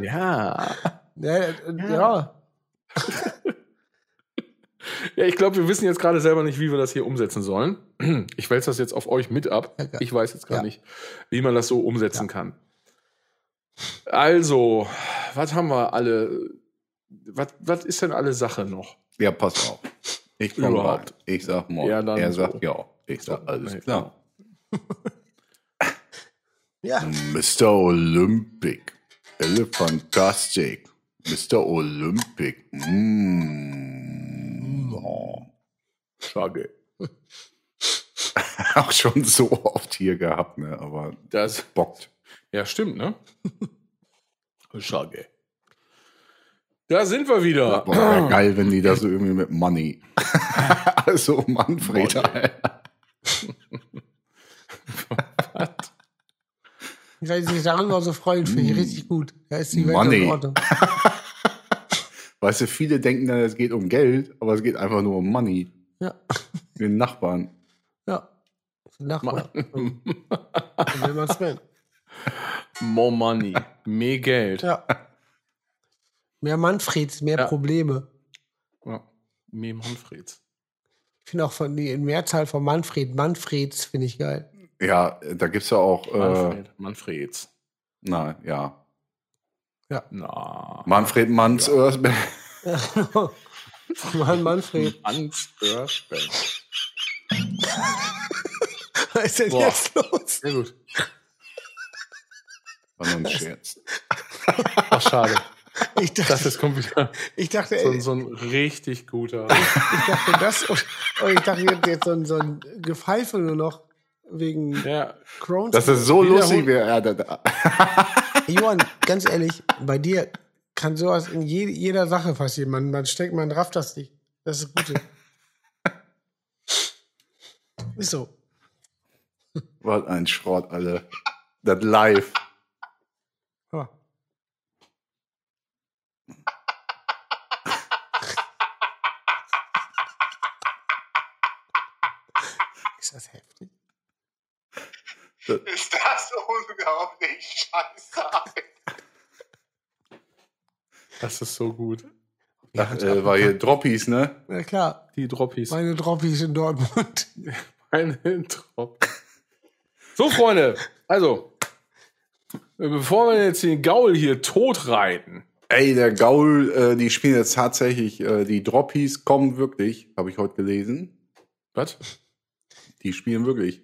A: ja.
C: äh, ja, ja.
A: Ja. Ja, ich glaube, wir wissen jetzt gerade selber nicht, wie wir das hier umsetzen sollen. Ich wälze das jetzt auf euch mit ab.
C: Ja, geil.
A: Ich weiß jetzt gar
C: Ja.
A: nicht, wie man das so umsetzen kann. Also, was haben wir alle? Was, was ist denn alle Sache noch?
B: Ja, pass auf. Ich komme
A: Überhaupt.
B: rein. Ich sag morgen.
A: Ja, dann
B: er
A: so.
B: sagt ja. Ich sag alles
A: Nee.
B: klar.
C: Ja.
B: Mr. Olympic. Elefantastic. Mr. Olympic. Mm. Oh.
A: Schade.
B: Auch schon so oft hier gehabt, ne? Aber
A: Das,
B: bockt.
A: ja, stimmt, ne? Schade. Da sind wir wieder.
B: Boah, wär geil, wenn die da so irgendwie mit Money. also Manfred. Alter.
C: Weil sie sich darüber so freuen, finde ich richtig gut. Da ist die Welt
B: Money.
C: in Ordnung.
B: Weißt du, viele denken dann, es geht um Geld, aber es geht einfach nur um Money.
C: Ja.
B: Den Nachbarn.
C: Ja. Nachbar. Dann will man's werden.
A: More money. Mehr Geld.
C: Ja. Mehr Manfreds, mehr
A: Ja.
C: Probleme.
A: Ja. Mehr Manfreds.
C: Ich finde auch von die in Mehrzahl von Manfred, Manfreds finde ich geil.
B: Ja, da gibt's ja auch. Äh,
A: Manfred. Manfreds.
B: nein, ja.
A: Na.
B: Manfred Manns Earthband.
C: Mann, Manfred.
A: Hans Örsberg.
C: Was ist denn
A: Boah.
C: jetzt los?
A: Sehr gut.
B: War nur ein Scherz.
A: Ach, schade.
C: Ich
A: Das
C: dachte,
A: ist kommt wieder
C: ich dachte,
A: so,
C: ey,
A: ein- so ein richtig guter.
C: ich dachte das und, und ich dachte jetzt, jetzt so ein, so ein Gepfeife nur noch wegen
A: Ja,
C: Crohn's.
B: Das ist so
A: Wiederhol-
B: lustig. Wie, ja, da, da.
C: Johann, ganz ehrlich, bei dir kann sowas in je, jeder Sache passieren. Man, man steckt, man rafft das nicht. Das ist das Gute. Ist so.
B: Was ein Schrott, alle. Das live.
C: Ja. Ist das heftig?
D: Ist das unglaublich scheiße?
A: das ist so gut.
B: Das äh, war hier Droppies, ne?
C: Na klar,
A: Die Droppies.
C: meine Droppies in Dortmund.
A: Meine Drop. So, Freunde, also, bevor wir jetzt den Gaul hier totreiten,
B: Ey, der Gaul, äh, die spielen jetzt tatsächlich. Äh, die Droppies kommen wirklich, habe ich heute gelesen.
A: was?
B: Die spielen wirklich.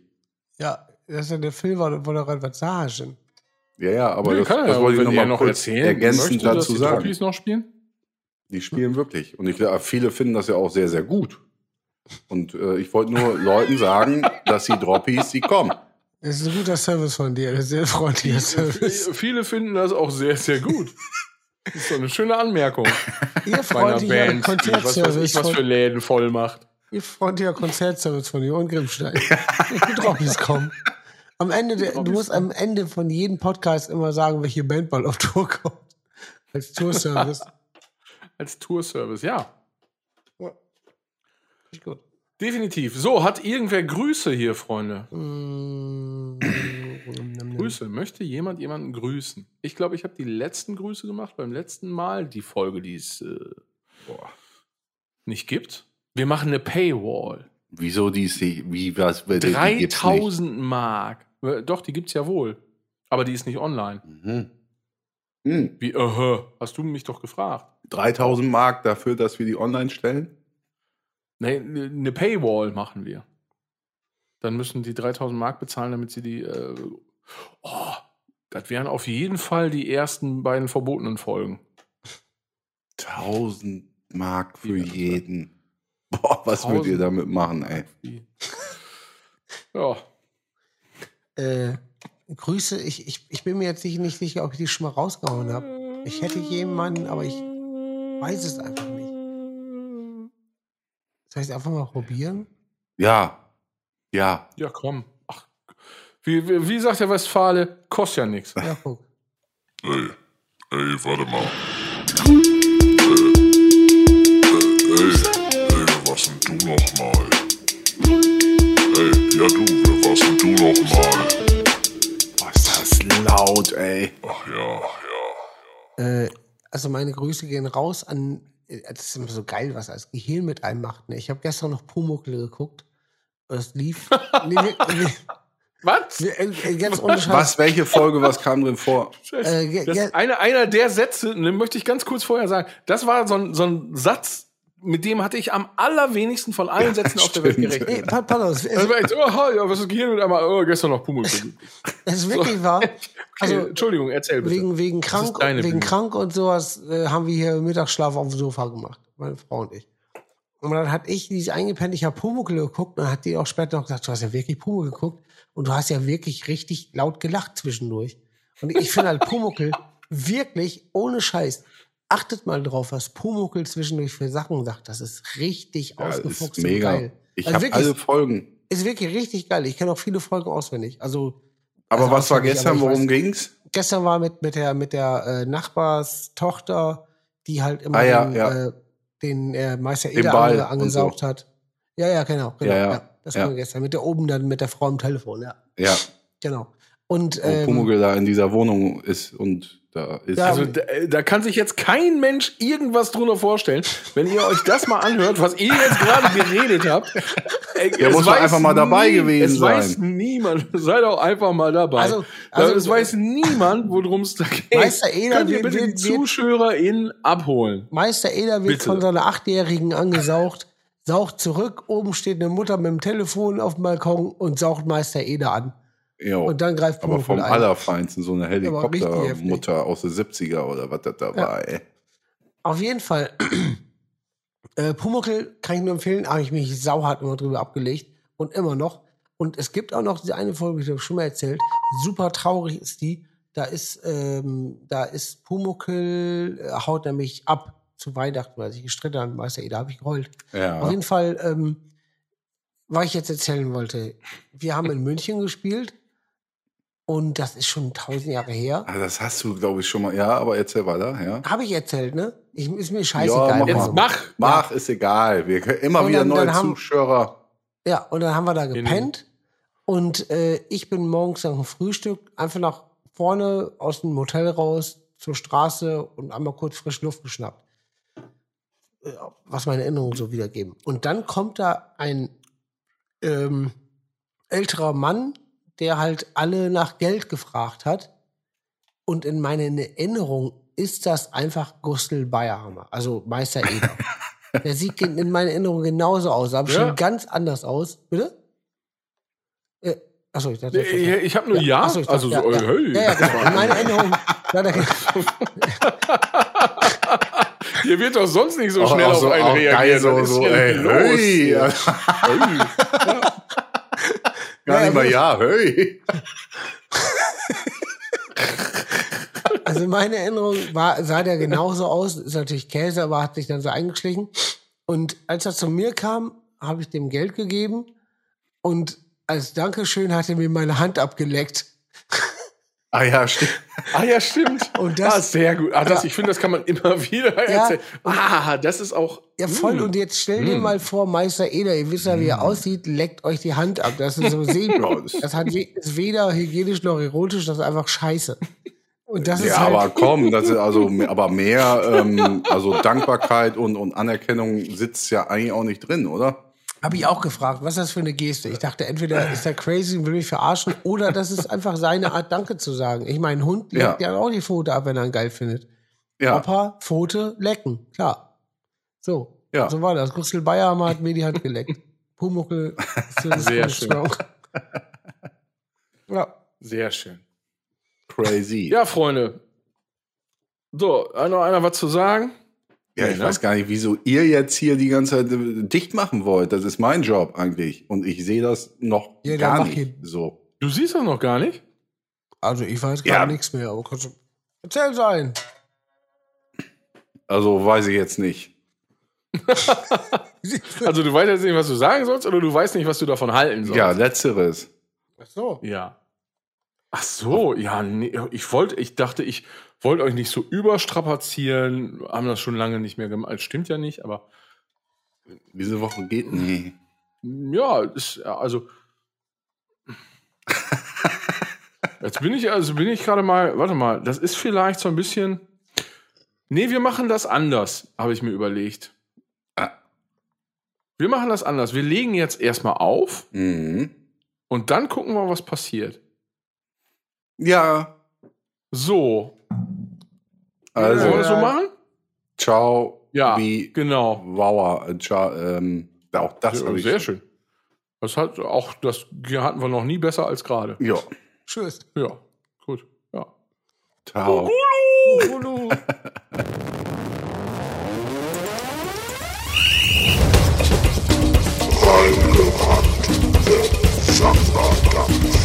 C: Ja, das ist ja der Film, wo wo da gerade was sagen.
B: Ja, ja, aber
A: Nee,
B: das,
A: kann er
B: das
A: ja,
B: wollte ich
A: wenn ihr
B: nochmal
A: noch
B: kurz
A: erzählen
B: ergänzend
A: möchtet, dass
B: dazu
A: die
B: sagen.
A: Droppies noch spielen?
B: Die spielen wirklich. Und ich glaube, viele finden das ja auch sehr, sehr gut. Und äh, ich wollte nur Leuten sagen, dass die Droppies, die kommen.
C: Das ist ein guter Service von dir, das ist ein sehr freundlicher Service.
A: Äh, Viele finden das auch sehr, sehr gut. Das ist so eine schöne Anmerkung
C: Ihr
A: bei einer
C: freundlicher
A: Band, die was weiß
C: Konzertservice
A: ich, was für
C: von,
A: Läden voll macht.
C: ihr freundlicher Konzertservice von Johann Grimmstein. Die Droppies kommen. Am Ende, der, du musst am Ende von jedem Podcast immer sagen, welche Band bald auf Tour kommt. Als Tour-Service.
A: Als Tourservice, ja.
C: Ist gut.
A: Definitiv. So, hat irgendwer Grüße hier, Freunde?
C: Mm,
A: Grüße. Möchte jemand jemanden grüßen? Ich glaube, ich habe die letzten Grüße gemacht beim letzten Mal, die Folge, die es äh, nicht gibt. Wir machen eine Paywall.
B: Wieso die ist nicht, wie was, die gibt's nicht?
A: 3000 Mark. Äh, Doch, die gibt es ja wohl. Aber die ist nicht online.
B: Mhm. Hm,
A: Wie, aha, hast du mich doch gefragt.
B: 3000 Mark dafür, dass wir die online stellen?
A: Nee, ne- eine Paywall machen wir. Dann müssen die 3000 Mark bezahlen, damit sie die. Äh, oh, das wären auf jeden Fall die ersten beiden verbotenen Folgen.
B: 1000 Mark für
A: Ja, das
B: jeden. Boah, was würdet
A: 1000?
B: ihr damit machen, ey?
A: Die- Ja,
C: äh, Grüße, ich, ich, ich bin mir jetzt nicht, nicht sicher, ob ich die schon mal rausgehauen habe. Ich hätte jemanden, aber ich weiß es einfach nicht. Soll ich es einfach mal probieren?
B: Ja, ja.
A: ja, komm. Ach, wie, wie, wie sagt der Westfale, kostet ja nichts.
C: Ja, guck.
E: Ey, ey, warte mal. Ey, ey, ey, wer warst denn du nochmal? Ey, ja du, wer warst denn du nochmal?
B: Boah, ist das laut, ey.
E: Ach ja, ja.
C: Äh, also meine Grüße gehen raus an äh, das ist immer so geil, was das Gehirn mit einem macht. Ne? Ich habe gestern noch Pumuckl geguckt. Das lief. nee, wir-
A: Was?
C: wir- wir- äh, jetzt ohne Scheiß.
B: Was, welche Folge, was kam drin vor?
C: Äh, ge-
A: Das
C: ge-
A: ist einer, einer der Sätze, ne, möchte ich ganz kurz vorher sagen, das war so ein, so ein Satz, mit dem hatte ich am allerwenigsten von allen Sätzen auf der Welt
B: stimmt.
A: gerechnet.
C: nee, pa- pass auf, es,
A: Das war echt so, oh, ja, was ist Gehirn mit einmal? Oh, gestern noch Pummel. Okay,
C: es ist wirklich wahr. Also,
A: Entschuldigung, erzähl bitte.
C: Wegen, wegen, krank,
A: ist deine
C: wegen
A: Bühne.
C: krank und sowas äh, haben wir hier Mittagsschlaf auf dem Sofa gemacht, meine Frau und ich. Und dann hat ich die ist eingepennt, ich habe Pumuckl geguckt und dann hat die auch später noch gesagt, du hast ja wirklich Pumuckl geguckt und du hast ja wirklich richtig laut gelacht zwischendurch. Und ich finde halt Pumuckl wirklich ohne Scheiß. Achtet mal drauf, was Pumuckl zwischendurch für Sachen sagt. Das ist richtig
B: Ja,
C: ausgefuchst
B: ist mega.
C: und geil.
B: Ich
C: Also
B: habe
C: wirklich-
B: alle Folgen.
C: Ist wirklich richtig geil. Ich kenne auch viele Folgen auswendig. Also
B: Aber was
C: Also
B: war
C: auswendig, aber
B: gestern?
C: ich
B: Worum
C: weiß-
B: ging's?
C: gestern war mit, mit der, mit der äh, Nachbarstochter, die halt immer
B: Ah, ja,
C: den,
B: ja.
C: Äh, den äh, Meister
B: Den
C: Eder
B: Ball
C: ange- angesaugt
B: und so.
C: hat. Ja, ja, genau. genau
B: Ja, ja,
C: Das
B: ja.
C: war gestern. Mit der oben dann mit der Frau am Telefon, ja.
B: Ja, Oh,
C: Genau. Und
B: wo
C: ähm,
B: Pumuckl da in dieser Wohnung ist und da ist.
C: Ja,
A: Also da, da kann sich jetzt kein Mensch irgendwas drunter vorstellen, wenn ihr euch das mal anhört, was ihr jetzt gerade geredet habt. äh,
B: Ja,
A: Es
B: muss man
A: weiß
B: einfach mal dabei gewesen
A: es weiß
B: sein.
A: niemand. Seid auch einfach mal dabei.
C: Also-
A: Also,
C: also-
A: es weiß niemand, worum es da geht.
C: Meister Eder
A: Könnt ihr
C: wird-
A: bitte die
C: wird- wird-
A: ZuschauerInnen abholen?
C: Meister Eder wird
A: Bitte.
C: von seiner Achtjährigen angesaugt, saugt zurück, oben steht eine Mutter mit dem Telefon auf dem Balkon und saugt Meister Eder an.
B: jo.
C: Und dann greift
B: aber vom
C: Pumuckl ein.
B: Allerfeinsten, so eine
C: richtig
B: Helikoptermutter aus den 70er oder was das da war, ey.
C: Auf jeden Fall. äh, Pumuckl kann ich nur empfehlen, habe ich mich sauhart immer drüber abgelegt und immer noch. Und es gibt auch noch diese eine Folge, die ich schon mal erzählt. Super traurig ist die. Da ist, ähm, da ist Pumuckl, äh, haut nämlich ab zu Weihnachten, weil er sich gestritten hat, weiß ja, da habe ich geheult. Auf
B: Ja.
C: jeden Fall, ähm, was ich jetzt erzählen wollte. Wir haben in München gespielt und das ist schon tausend Jahre her.
B: Ah, das hast du, glaube ich, schon mal. Ja, aber erzähl weiter, ja.
C: Habe ich erzählt, ne? Ich, ist mir scheißegal.
B: mach
A: Jetzt
B: mal.
A: mach!
B: Mach, ist egal. Wir können immer
C: Und
B: wieder
C: dann-
B: neue
C: dann haben-
B: Zuschauer.
C: Ja, und dann haben wir da
A: In-
C: gepennt. Und äh, ich bin morgens nach dem Frühstück einfach nach vorne aus dem Hotel raus zur Straße und einmal kurz frische Luft geschnappt. Äh, Was meine Erinnerungen so wiedergeben. Und dann kommt da ein ähm, älterer Mann, der halt alle nach Geld gefragt hat. Und in meinen Erinnerungen ist das einfach Gustl Bayerhammer, also Meister Eder. Der sieht gen- in meinen Erinnerungen genauso aus, aber
A: Ja.
C: schon ganz anders aus. Bitte? Äh, achso, ich dachte.
A: Nee, Ich, ich habe nur äh, Ja,
C: achso, ich dachte,
A: also so,
C: ja,
A: äh,
C: ja.
A: hey.
C: Ja, ja, genau. In meinen Erinnerungen. Ja, da,
A: Hier wird doch sonst nicht so
B: Auch-
A: schnell
B: auch
A: auf einen
B: auch
A: reagieren.
B: Geil, so,
A: Was ist
B: so,
A: denn
B: ey,
A: los
B: hey.
A: hier? Hey.
B: Gar
C: Ja,
B: nicht mal
C: also-
B: ja, hey.
C: Also meine Erinnerung war, sah der genauso aus, ist natürlich Käse, aber hat sich dann so eingeschlichen. Und als er zu mir kam, habe ich dem Geld gegeben und als Dankeschön hat er mir meine Hand abgeleckt.
B: Ah ja, stimmt.
A: Ah ja, stimmt.
C: Und das-
A: ah, sehr gut. Ah, das, Ich finde, das kann man immer wieder erzählen. Ah, das ist auch. hm.
C: Ja, voll.
B: Mm.
C: Und jetzt stell dir mal vor, Meister Eder, ihr wisst ja, wie er aussieht, leckt euch die Hand ab. Das ist so
B: Ja,
C: sehen.
B: das-
C: Das hat we ist weder hygienisch noch erotisch, das ist einfach scheiße. Und das
B: ja,
C: ist halt,
B: aber komm, das ist also, me- aber mehr, ähm, also Dankbarkeit und, und Anerkennung sitzt ja eigentlich auch nicht drin, oder?
C: Habe ich auch gefragt, was ist das für eine Geste? Ich dachte, entweder ist er crazy und will mich verarschen oder das ist einfach seine Art, Danke zu sagen. Ich meine, ein Hund
B: Ja.
C: leckt ja. auch die Pfote ab, wenn er ihn geil findet.
B: Ja.
C: Papa, Pfote, lecken, klar. So,
B: Ja.
C: so war das. Gustl Bayerhammer hat mir die Hand geleckt. Pumuckl. ist so-
A: Sehr
C: ist
A: schön.
C: so- Ja.
A: Sehr schön.
B: Crazy.
A: Ja, Freunde. So, hat noch einer was zu sagen?
B: Ja, ich
A: Nee, ne?
B: weiß gar nicht, wieso ihr jetzt hier die ganze Zeit äh, dicht machen wollt. Das ist mein Job eigentlich. Und ich sehe das noch
C: Jeder
B: gar
C: macht
B: nicht
C: hier-
B: so.
A: Du siehst das noch gar nicht.
C: Also ich weiß
B: Ja.
C: gar nichts mehr, aber kannst du- Erzähl sein.
B: Also weiß ich jetzt nicht.
A: Also, du weißt jetzt nicht, was du sagen sollst, oder du weißt nicht, was du davon halten sollst.
B: Ja, letzteres.
C: Ach so.
A: Ja. Ach so, ja, nee, ich wollte, ich dachte, ich wollte euch nicht so überstrapazieren, haben das schon lange nicht mehr gemacht. Stimmt ja nicht, aber
B: Diese Woche geht nie.
A: ja, ist, ja, also. Jetzt bin ich, also bin ich gerade mal, warte mal, das ist vielleicht so ein bisschen. Nee, wir machen das anders, habe ich mir überlegt.
B: Ah.
A: Wir machen das anders. Wir legen jetzt erstmal auf
B: Mhm.
A: und dann gucken wir, was passiert.
B: Ja,
A: So.
B: also,
A: Wollen wir das so machen?
B: ciao.
A: Ja,
B: Wie
A: genau.
B: Wow, äh, ciao, ähm, auch das
A: ja,
B: habe ich.
A: sehr schön. Das hat auch, das hatten wir noch nie besser als gerade.
B: Ja,
C: Tschüss.
A: Ja, gut. Ja.
B: ciao.
E: Reingerannt, der Samba-Dampf.